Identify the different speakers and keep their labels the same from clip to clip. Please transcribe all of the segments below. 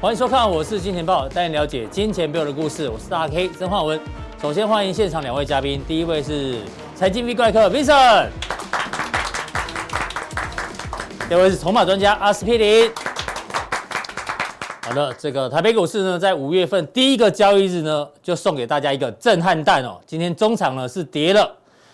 Speaker 1: 欢迎收看，我是金钱豹，带你了解金钱背后的故事。我是大 K 曾焕文。首先欢迎现场两位嘉宾，第一位是财经 V 怪客 Vincent，第二位是筹码专家阿司匹林。好的，这个台北股市呢，在五月份第一个交易日呢，就送给大家一个震撼弹哦。今天中场呢是跌了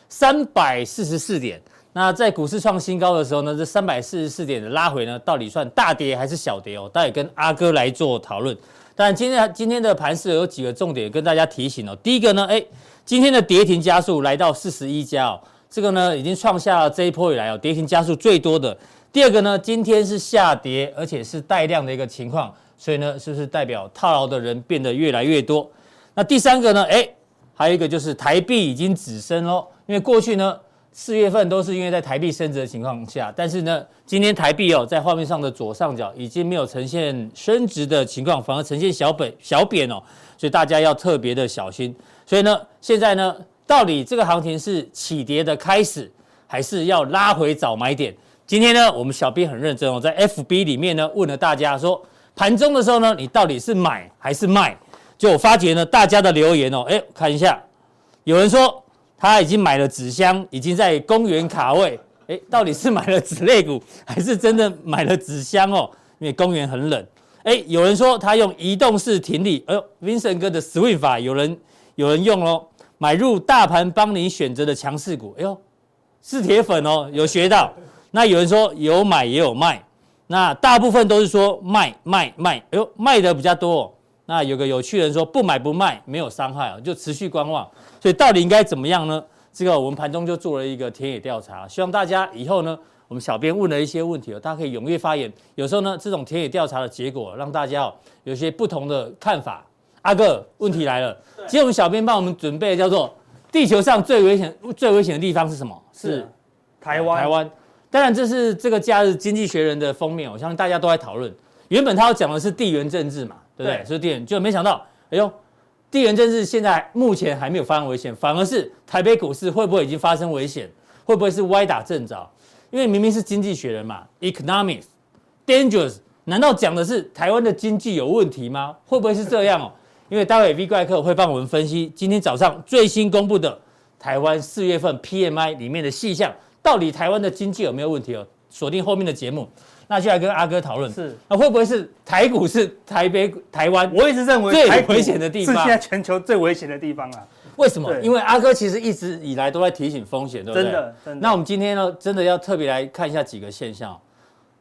Speaker 1: 三百四十四点，那在股市创新高的时候呢，这三百四十四点的拉回呢，到底算大跌还是小跌哦？待会跟阿哥来做讨论。当然，今天今天的盘市有几个重点跟大家提醒哦。第一个呢，哎，今天的跌停加速来到四十一家哦，这个呢已经创下了这一波以来哦跌停加速最多的。第二个呢，今天是下跌，而且是带量的一个情况，所以呢，是不是代表套牢的人变得越来越多？那第三个呢，哎，还有一个就是台币已经止升喽，因为过去呢四月份都是因为在台币升值的情况下，但是呢，今天台币哦在画面上的左上角已经没有呈现升值的情况，反而呈现小本小贬哦，所以大家要特别的小心。所以呢，现在呢，到底这个行情是起跌的开始，还是要拉回早买点？今天呢，我们小编很认真哦，在 FB 里面呢问了大家说，盘中的时候呢，你到底是买还是卖？就我发觉呢，大家的留言哦，哎，看一下，有人说他已经买了纸箱，已经在公园卡位，哎，到底是买了纸类股， 还是真的买了纸箱哦？因为公园很冷。哎，有人说他用移动式停利，哎呦，Vincent 哥的 Swing 法有人有人用喽，买入大盘帮你选择的强势股，哎呦，是铁粉哦，有学到。那有人说有买也有卖，那大部分都是说卖卖卖，哎呦卖的比较多、哦。那有个有趣人说不买不卖没有伤害哦，就持续观望。所以到底应该怎么样呢？这个我们盘中就做了一个田野调查，希望大家以后呢，我们小编问了一些问题哦，大家可以踊跃发言。有时候呢，这种田野调查的结果让大家哦有些不同的看法。阿哥，问题来了，今天我们小编帮我们准备的叫做地球上最危险最危险的地方是什么？是
Speaker 2: 台湾，
Speaker 1: 台湾。当然，这是这个假日《经济学人》的封面，我相信大家都在讨论。原本他要讲的是地缘政治嘛，对不对？
Speaker 2: 对
Speaker 1: 是地缘，就没想到，哎呦，地缘政治现在目前还没有发生危险，反而是台北股市会不会已经发生危险？会不会是歪打正着？因为明明是《经济学人》嘛，Economics dangerous，难道讲的是台湾的经济有问题吗？会不会是这样哦？因为待会 V 怪客会帮我们分析今天早上最新公布的台湾四月份 PMI 里面的细项，到底台湾的经济有没有问题哦？锁定后面的节目，那就来跟阿哥讨论，
Speaker 2: 是
Speaker 1: 那会不会是台股是台北台湾？
Speaker 2: 我一直认为
Speaker 1: 最
Speaker 2: 台股
Speaker 1: 危险的地方
Speaker 2: 是现在全球最危险的地方啊！
Speaker 1: 为什么？
Speaker 2: 对
Speaker 1: 因为阿哥其实一直以来都在提醒风险，对不对？
Speaker 2: 真的真的
Speaker 1: 那我们今天呢，真的要特别来看一下几个现象。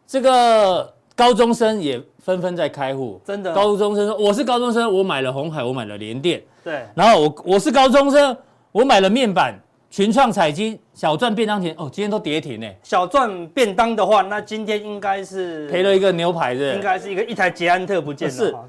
Speaker 1: 这个高中生也纷纷在开户，
Speaker 2: 真的
Speaker 1: 高中生说我是高中生，我买了红海，我买了联电，
Speaker 2: 对，
Speaker 1: 然后我我是高中生，我买了面板、群创、彩金、小赚便当钱。哦，今天都跌停呢，
Speaker 2: 小赚便当的话，那今天应该是
Speaker 1: 赔，了一个牛排是不是
Speaker 2: 应该是一个一台捷安特不见
Speaker 1: 是
Speaker 2: 了啊。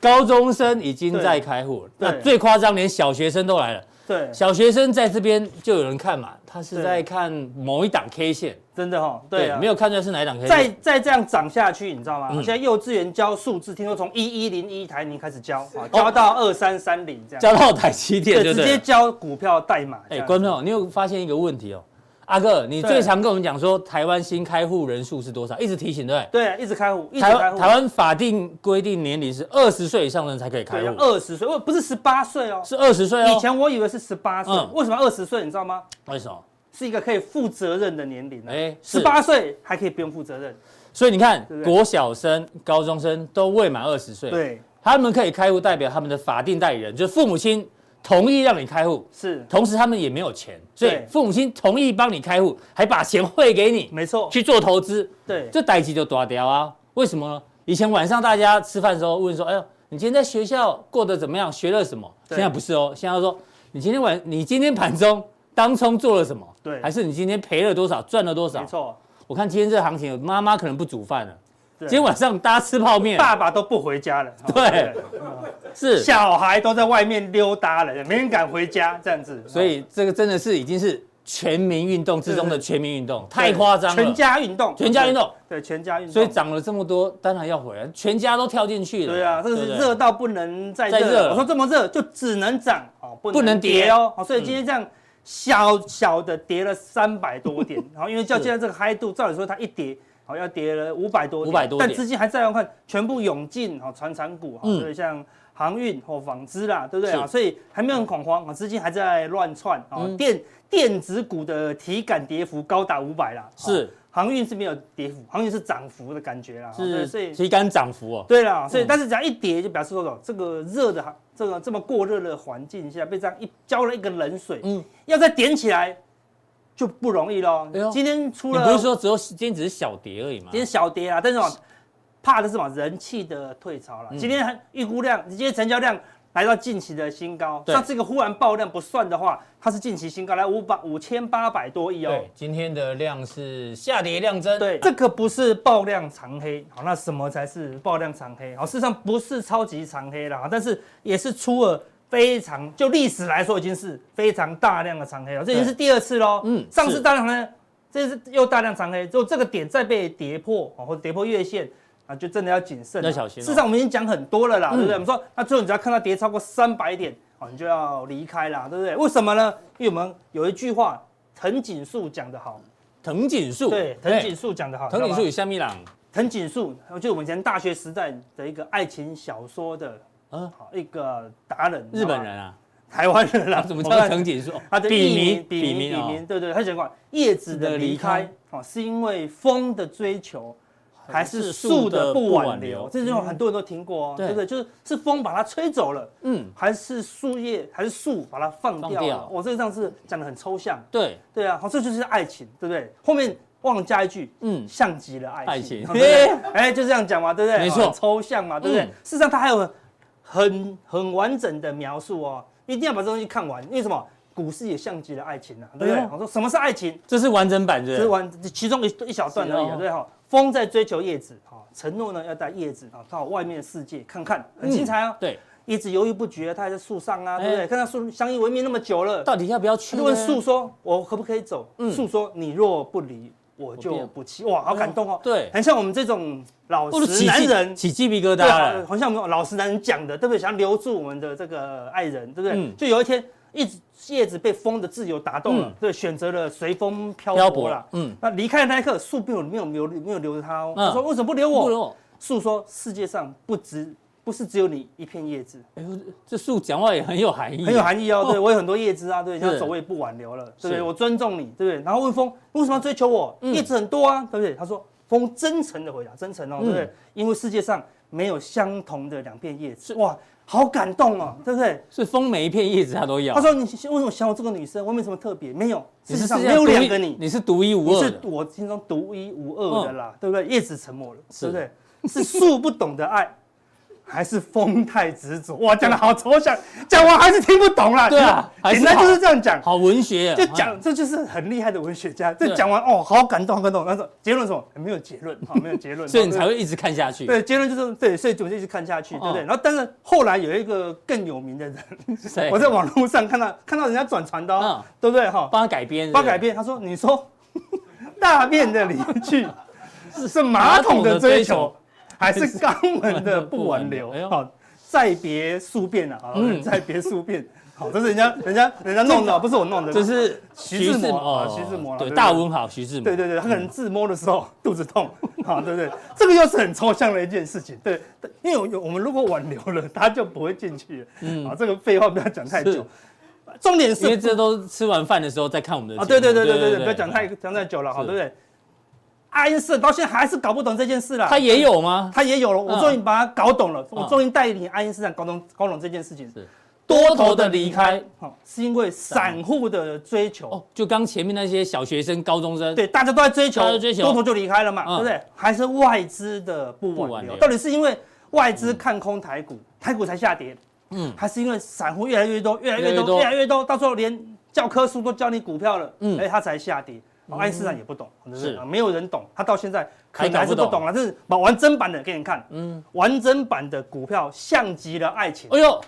Speaker 1: 高中生已经在开户了，那
Speaker 2: 对
Speaker 1: 最夸张，连小学生都来了。
Speaker 2: 对，
Speaker 1: 小学生在这边就有人看嘛，他是
Speaker 2: 对
Speaker 1: 在看某一档 K 线。
Speaker 2: 真的哈，对啊，
Speaker 1: 没有看出来是哪一档 K
Speaker 2: 再
Speaker 1: 线。
Speaker 2: 再这样涨下去，你知道吗？
Speaker 1: 嗯
Speaker 2: 现在幼稚园教数字，听说从一一零一台你开始教，啊，教到二三三零这样，
Speaker 1: 交到台积电，
Speaker 2: 对，
Speaker 1: 对
Speaker 2: 直
Speaker 1: 不对
Speaker 2: 接？教股票代码。这
Speaker 1: 哎，
Speaker 2: 样
Speaker 1: 观众，你有发现一个问题哦？阿哥，你
Speaker 2: 对
Speaker 1: 最常跟我们讲说台湾新开户人数是多少，一直提醒对不
Speaker 2: 对啊，一直开户，
Speaker 1: 对？
Speaker 2: 一直
Speaker 1: 台
Speaker 2: 开
Speaker 1: 湾
Speaker 2: 户，
Speaker 1: 台湾法定规定年龄是二十岁以上的人才可以开
Speaker 2: 对
Speaker 1: 户，
Speaker 2: 二十岁，哦不是十八岁哦。
Speaker 1: 是二十岁哦。
Speaker 2: 以前我以为是十八岁
Speaker 1: 嗯，
Speaker 2: 为什么二十岁？你知道吗？
Speaker 1: 为什么？
Speaker 2: 是一个可以负责任的年龄、啊。
Speaker 1: 哎是
Speaker 2: 十八岁还可以不用负责任。
Speaker 1: 所以你看
Speaker 2: 对，不对
Speaker 1: 国小生、高中生都未满二十岁，，
Speaker 2: 对，
Speaker 1: 他们可以开户，代表他们的法定代理人就是父母亲同意让你开户，
Speaker 2: 是
Speaker 1: 同时他们也没有钱，所以
Speaker 2: 对
Speaker 1: 父母亲同意帮你开户，还把钱汇给你
Speaker 2: 没错。
Speaker 1: 去做投资，
Speaker 2: 对，
Speaker 1: 这代际就大掉啊！为什么呢？以前晚上大家吃饭的时候问说：“哎呦，你今天在学校过得怎么样？学了什么？”
Speaker 2: 对
Speaker 1: 现在不是哦，现在说你今天晚你今天盘中当冲做了什么？
Speaker 2: 对
Speaker 1: 还是你今天赔了多少，赚了多少
Speaker 2: 没？错。
Speaker 1: 我看今天这行情，妈妈可能不煮饭了，
Speaker 2: 对
Speaker 1: 今天晚上大家吃泡面，
Speaker 2: 爸爸都不回家了，哦
Speaker 1: 对，是，
Speaker 2: 小孩都在外面溜达了，没人敢回家，这样子。哦
Speaker 1: 所以这个真的是已经是全民运动之中的
Speaker 2: 是
Speaker 1: 全民运动，
Speaker 2: 哦
Speaker 1: 太夸张了，
Speaker 2: 全家运动，
Speaker 1: 全家运动，
Speaker 2: 对，全家运动。
Speaker 1: 所以涨了这么多，当然要回来，全家都跳进去了，
Speaker 2: 对啊，这个
Speaker 1: 对
Speaker 2: 是
Speaker 1: 不对
Speaker 2: 热到不能再
Speaker 1: 再热
Speaker 2: 热
Speaker 1: 了
Speaker 2: 了。我说这么热就只能涨哦，不
Speaker 1: 不能
Speaker 2: 能
Speaker 1: 跌嗯
Speaker 2: 跌哦。哦所以今天这样小小的跌了三百多点，然后因为较
Speaker 1: 是
Speaker 2: 现在这个嗨度，照理说它一跌好要跌了五百多点，
Speaker 1: 500多点
Speaker 2: 但资金还在要看，全部涌进好船产股，好
Speaker 1: 嗯
Speaker 2: 对，像航运或纺织啦，对不对
Speaker 1: 是嗯
Speaker 2: 啊？所以还没有很恐慌啊，资金还在乱窜啊，电电子股的体感跌幅高达五百啦，好
Speaker 1: 是
Speaker 2: 航运是没有跌幅，航运是涨幅的感觉啦，好哦对所以
Speaker 1: 是体感涨幅哦，
Speaker 2: 对啦，所以
Speaker 1: 嗯
Speaker 2: 但是只要一跌，就表示说这个热的哈这个这么过热的环境下，被这样一浇了一个冷水，
Speaker 1: 嗯
Speaker 2: 嗯，要再点起来就不容易喽
Speaker 1: 哎呦。
Speaker 2: 今天出
Speaker 1: 你
Speaker 2: 了，
Speaker 1: 不是说只有今天只是小跌而已吗
Speaker 2: 今？天小跌啊，但是哦，怕的是什么？人气的退潮
Speaker 1: 嗯
Speaker 2: 了。今天还预估量，今天成交量来到近期的新高。
Speaker 1: 对
Speaker 2: 上次一个忽然爆量不算的话，它是近期新高，来五百五千八百多亿哦
Speaker 1: 对。，今天的量是下跌量增，啊
Speaker 2: 对，这个不是爆量长黑，好，那什么才是爆量长黑？好，事实上不是超级长黑啦，但是也是出了非常就历史来说已经是非常大量的长黑了，这已经是第二次喽。
Speaker 1: 嗯
Speaker 2: 嗯，上
Speaker 1: 是
Speaker 2: 次大量长黑，这次又大量长黑，就这个点再被跌破，哦，或者跌破月线。啊，就真的要谨慎了，
Speaker 1: 要小心哦嗯
Speaker 2: 事实上，我们已经讲很多了啦，对不对？我们说，那最后你只要看到跌超过三百点，哦，你就要离开啦，对不对？为什么呢？因为我们有一句话，藤井树讲得好，
Speaker 1: 藤井树，
Speaker 2: 对，藤井树讲得好，
Speaker 1: 藤
Speaker 2: 你知
Speaker 1: 井
Speaker 2: 道
Speaker 1: 树
Speaker 2: 吗
Speaker 1: 与夏米朗，
Speaker 2: 藤井树，就是我们以前大学时代的一个爱情小说的
Speaker 1: 啊
Speaker 2: 啊，好一个达人，
Speaker 1: 日本、人啊，
Speaker 2: 台湾人啦、
Speaker 1: 他 怎么
Speaker 2: 我
Speaker 1: 叫
Speaker 2: 看
Speaker 1: 藤井树？
Speaker 2: 他的
Speaker 1: 笔
Speaker 2: 艺
Speaker 1: 名，
Speaker 2: 名、笔名、笔
Speaker 1: 哦
Speaker 2: 名，对对，他讲过，叶子的离
Speaker 1: 的离
Speaker 2: 开，哦，是因为风的追求，还是树的不挽留？这句话很多人都听过哦，
Speaker 1: 嗯对
Speaker 2: 对不对？就是是风把它吹走了，
Speaker 1: 嗯，
Speaker 2: 还是树叶，还是树把它放
Speaker 1: 放
Speaker 2: 掉
Speaker 1: 掉
Speaker 2: 了？哦我、这个上次讲的很抽象，
Speaker 1: 对，
Speaker 2: 对啊，好，这就是爱情，对不对？后面忘了加一句，
Speaker 1: 嗯，
Speaker 2: 像极了爱情，
Speaker 1: 爱情
Speaker 2: 对不对哎，就这样讲嘛，对不对？
Speaker 1: 没错
Speaker 2: 很抽象嘛，对不对？
Speaker 1: 嗯
Speaker 2: 事实上，它还有很很完整的描述哦，一定要把这东西看完。因为什么？股市也像极了爱情啊，对不
Speaker 1: 哎
Speaker 2: 对
Speaker 1: 呦？
Speaker 2: 我说什么是爱情？
Speaker 1: 这是完整版
Speaker 2: 只是
Speaker 1: 的，
Speaker 2: 玩其中一一小段而已
Speaker 1: 是哦
Speaker 2: 啊，对哈。风在追求叶子，哈，承诺呢要带叶子啊到外面的世界看看，很精彩啊。
Speaker 1: 嗯对，
Speaker 2: 叶子犹豫不决，它还在树上啊，对不
Speaker 1: 哎
Speaker 2: 对？看它树相依为命那么久了，
Speaker 1: 到底要不要去呢？
Speaker 2: 他就问树说：“我可不可以走？”
Speaker 1: 嗯
Speaker 2: 树说：“你若不离，我
Speaker 1: 我
Speaker 2: 就
Speaker 1: 便嗯
Speaker 2: 不弃。”哇，好感动哦！
Speaker 1: 对
Speaker 2: 很像我们这种老
Speaker 1: 哦，
Speaker 2: 实男人，
Speaker 1: 起鸡皮疙瘩
Speaker 2: 对啊，
Speaker 1: 了，
Speaker 2: 好像我们老实男人讲的，对不对？想要留住我们的这个爱人，对不对？
Speaker 1: 嗯
Speaker 2: 就有一天，一直叶子被风的自由打动了，
Speaker 1: 嗯
Speaker 2: 对，选择了随风漂
Speaker 1: 漂
Speaker 2: 泊
Speaker 1: 泊
Speaker 2: 了，。
Speaker 1: 嗯，
Speaker 2: 那离开的那一刻，树并没有没有留没有留着他哦。
Speaker 1: 嗯
Speaker 2: 他说：“为什么不留
Speaker 1: 不
Speaker 2: 我
Speaker 1: 了，？”
Speaker 2: 树说：“世界上不只不是只有你一片叶子，
Speaker 1: 哎呦，这树讲话也很有含义，啊
Speaker 2: 很有含义哦。对我有很多叶子啊，对，
Speaker 1: 是
Speaker 2: 你要走我也不挽留了，对不
Speaker 1: 是嗯
Speaker 2: 对？我尊重你，对不对？然后问风为什么要追求我？叶子很多啊，对不对？他说风真诚的回答，真诚哦，对不
Speaker 1: 嗯
Speaker 2: 对？因为世界上没有相同的两片叶子，哇，好感动哦，对不对？
Speaker 1: 是风每一片叶子他都要。
Speaker 2: 他说你为什么想我这个女生？我没什么特别，没有，
Speaker 1: 你
Speaker 2: 世
Speaker 1: 是
Speaker 2: 界上
Speaker 1: 世
Speaker 2: 没
Speaker 1: 界上
Speaker 2: 有
Speaker 1: 独一
Speaker 2: 两个你，
Speaker 1: 你是独一无
Speaker 2: 你
Speaker 1: 二
Speaker 2: 是
Speaker 1: 的，嗯
Speaker 2: 我心中独一无二的啦，对不对？叶子沉默了，
Speaker 1: 是
Speaker 2: 对不对？ 是树不懂得爱，还是风太执着？哇，讲的好抽象，讲完还是听不懂啦。
Speaker 1: 对啊还是
Speaker 2: 简单
Speaker 1: 好
Speaker 2: 就是这样讲。
Speaker 1: 好文学啊，
Speaker 2: 就讲，这就是很厉害的文学家。这
Speaker 1: 对
Speaker 2: 讲完哦，好感动，好感动。但是结论是 什么？没有结论，好，没有结论。
Speaker 1: 所以你
Speaker 2: 对
Speaker 1: 才会一直看下去。
Speaker 2: 对结论就是对，所以我就一直看下去，对不对？
Speaker 1: 哦
Speaker 2: 然后，但是后来有一个更有名的人，
Speaker 1: 谁
Speaker 2: 我在网络上看到看到人家转传的哦
Speaker 1: 嗯，
Speaker 2: 对不对？哈，
Speaker 1: 帮他改编，
Speaker 2: 帮改
Speaker 1: 编
Speaker 2: 变，他说：“你说大便的离去是马桶的追求，还是肛门的不挽留
Speaker 1: 哎呦？
Speaker 2: 好，再别宿便啊了，好
Speaker 1: 嗯
Speaker 2: 了，再别宿便。好，这是人家人家人家弄的，不是我弄的。
Speaker 1: 这是
Speaker 2: 徐志摩啊
Speaker 1: 哦
Speaker 2: 徐志摩啦
Speaker 1: 对
Speaker 2: 对
Speaker 1: 大文豪徐志摩，
Speaker 2: 对对对，他可能自摸的时候肚子痛，好，对不对？这个又是很抽象的一件事情，对，对因为有我们如果挽留了，他就不会进去了。嗯，好，这个废话不要讲太
Speaker 1: 是
Speaker 2: 久。重点
Speaker 1: 因为
Speaker 2: 是
Speaker 1: 这都是吃完饭的时候再看我们的
Speaker 2: 啊，
Speaker 1: 节目
Speaker 2: 对对对对对对，不要讲太讲太久了，好，
Speaker 1: 是
Speaker 2: 对不对？爱因斯坦到现在还是搞不懂这件事啦。
Speaker 1: 他也有吗？
Speaker 2: 他也有了，我终于把它搞懂了，
Speaker 1: 嗯
Speaker 2: 我终于带领爱因斯坦搞懂搞懂这件事情
Speaker 1: 是。
Speaker 2: 多头的离开，好、是因为
Speaker 1: 散
Speaker 2: 散户的追求，
Speaker 1: 哦，就刚前面那些小学生、高中生，
Speaker 2: 对，大家都在追
Speaker 1: 大家都
Speaker 2: 求，
Speaker 1: 追求
Speaker 2: 多头就离开了嘛，
Speaker 1: 嗯
Speaker 2: 对不对？还是外资的不
Speaker 1: 不挽
Speaker 2: 挽留，
Speaker 1: 留
Speaker 2: 到底是因为外资看空台股，台股才下跌，
Speaker 1: 嗯
Speaker 2: 嗯，还是因为散户越来越多，越来
Speaker 1: 越来越
Speaker 2: 越
Speaker 1: 多
Speaker 2: 多，越来越多，到最后连教科书都教你股票了，
Speaker 1: 嗯
Speaker 2: 嗯，哎，它才下跌。哦爱因斯坦也不懂，对不对
Speaker 1: 是
Speaker 2: 啊没有人懂，他到现在可能
Speaker 1: 还搞
Speaker 2: 还
Speaker 1: 不
Speaker 2: 是
Speaker 1: 懂
Speaker 2: 不懂了。这是把完整版的给你看，嗯，完整版的股票像极了爱情，
Speaker 1: 哎呦，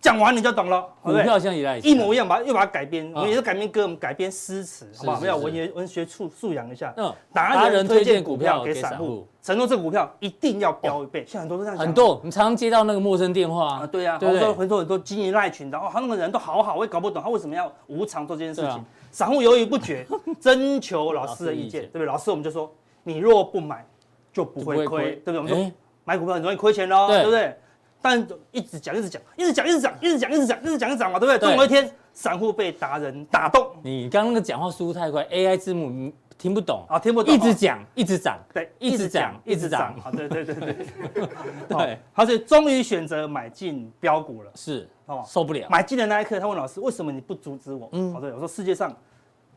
Speaker 2: 讲完你就懂了，对
Speaker 1: 股
Speaker 2: 不对？
Speaker 1: 票像也来
Speaker 2: 一模一样，把它又把它改编，我
Speaker 1: 嗯
Speaker 2: 们也是改编歌，我们改编诗词，好不好？我
Speaker 1: 是
Speaker 2: 们要
Speaker 1: 是
Speaker 2: 文学文学素素养一下。
Speaker 1: 嗯，
Speaker 2: 达人推荐股票给散户，，承诺这股票一定要标一倍，现在很多都这样讲。
Speaker 1: 很多你常常接到那个陌生电话
Speaker 2: 啊，对啊，
Speaker 1: 对不
Speaker 2: 很多
Speaker 1: 对？
Speaker 2: 很多很多经营赖群的哦，他那个人都好好，我也搞不懂他为什么要无偿做这件事
Speaker 1: 对
Speaker 2: 情
Speaker 1: 啊。
Speaker 2: 散户犹豫不决，征求老师
Speaker 1: 老师
Speaker 2: 的
Speaker 1: 的意
Speaker 2: 意见，
Speaker 1: 见
Speaker 2: 对不对？老师我们就说你若不买，就不
Speaker 1: 就
Speaker 2: 会
Speaker 1: 不会
Speaker 2: 亏，
Speaker 1: 亏
Speaker 2: 对不对？我们说
Speaker 1: 哎
Speaker 2: 买股票很容易亏钱喽，
Speaker 1: 对
Speaker 2: 对不对？但一直讲，一直讲，一直讲，一直讲，一直讲，一直讲，一直讲，一直讲嘛，对不对？
Speaker 1: 对
Speaker 2: 总有一天，散户被达人打动
Speaker 1: 你刚刚那个讲话速度太快，AI 字幕嗯听不懂，
Speaker 2: 啊，听不懂，
Speaker 1: 一直讲，一直涨，
Speaker 2: 对，
Speaker 1: 一直讲一
Speaker 2: 一
Speaker 1: 直
Speaker 2: 直
Speaker 1: 涨
Speaker 2: 涨，啊，对对对对
Speaker 1: 对
Speaker 2: 哦好，所以终于选择买进标股了。
Speaker 1: 是
Speaker 2: 哦
Speaker 1: 受不了，
Speaker 2: 买进的那一刻，他问老师：“为什么你不阻止我？”
Speaker 1: 嗯
Speaker 2: 嗯，好的，我说世界上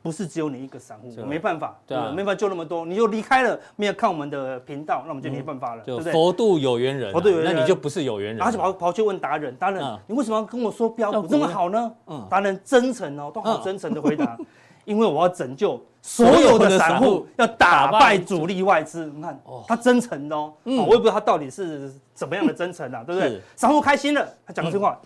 Speaker 2: 不是只有你一个散户，
Speaker 1: 是
Speaker 2: 我没办法，
Speaker 1: 对啊
Speaker 2: 不没办法救那么多，你就离开了，没有看我们的频道，那我们就没办法了，对
Speaker 1: 就
Speaker 2: 不对？
Speaker 1: 佛度有缘人啊，
Speaker 2: 佛度有缘人
Speaker 1: 那你就不是有缘人
Speaker 2: 然
Speaker 1: 了，
Speaker 2: 后就跑跑去问达人，达人
Speaker 1: 嗯，
Speaker 2: 你为什么要跟我说标
Speaker 1: 标股
Speaker 2: 股这么好呢
Speaker 1: 嗯？
Speaker 2: 达人真诚哦，都好
Speaker 1: 嗯
Speaker 2: 真诚的回 答，因为我要拯救所有
Speaker 1: 所有的
Speaker 2: 的散
Speaker 1: 散户
Speaker 2: 户，要打
Speaker 1: 打败
Speaker 2: 败主力外资。你看
Speaker 1: 哦
Speaker 2: 他真诚的哦，哦
Speaker 1: 嗯
Speaker 2: 我也不知道他到底是怎么样的真诚 啊，对不
Speaker 1: 是
Speaker 2: 对？散户开心了，他讲这话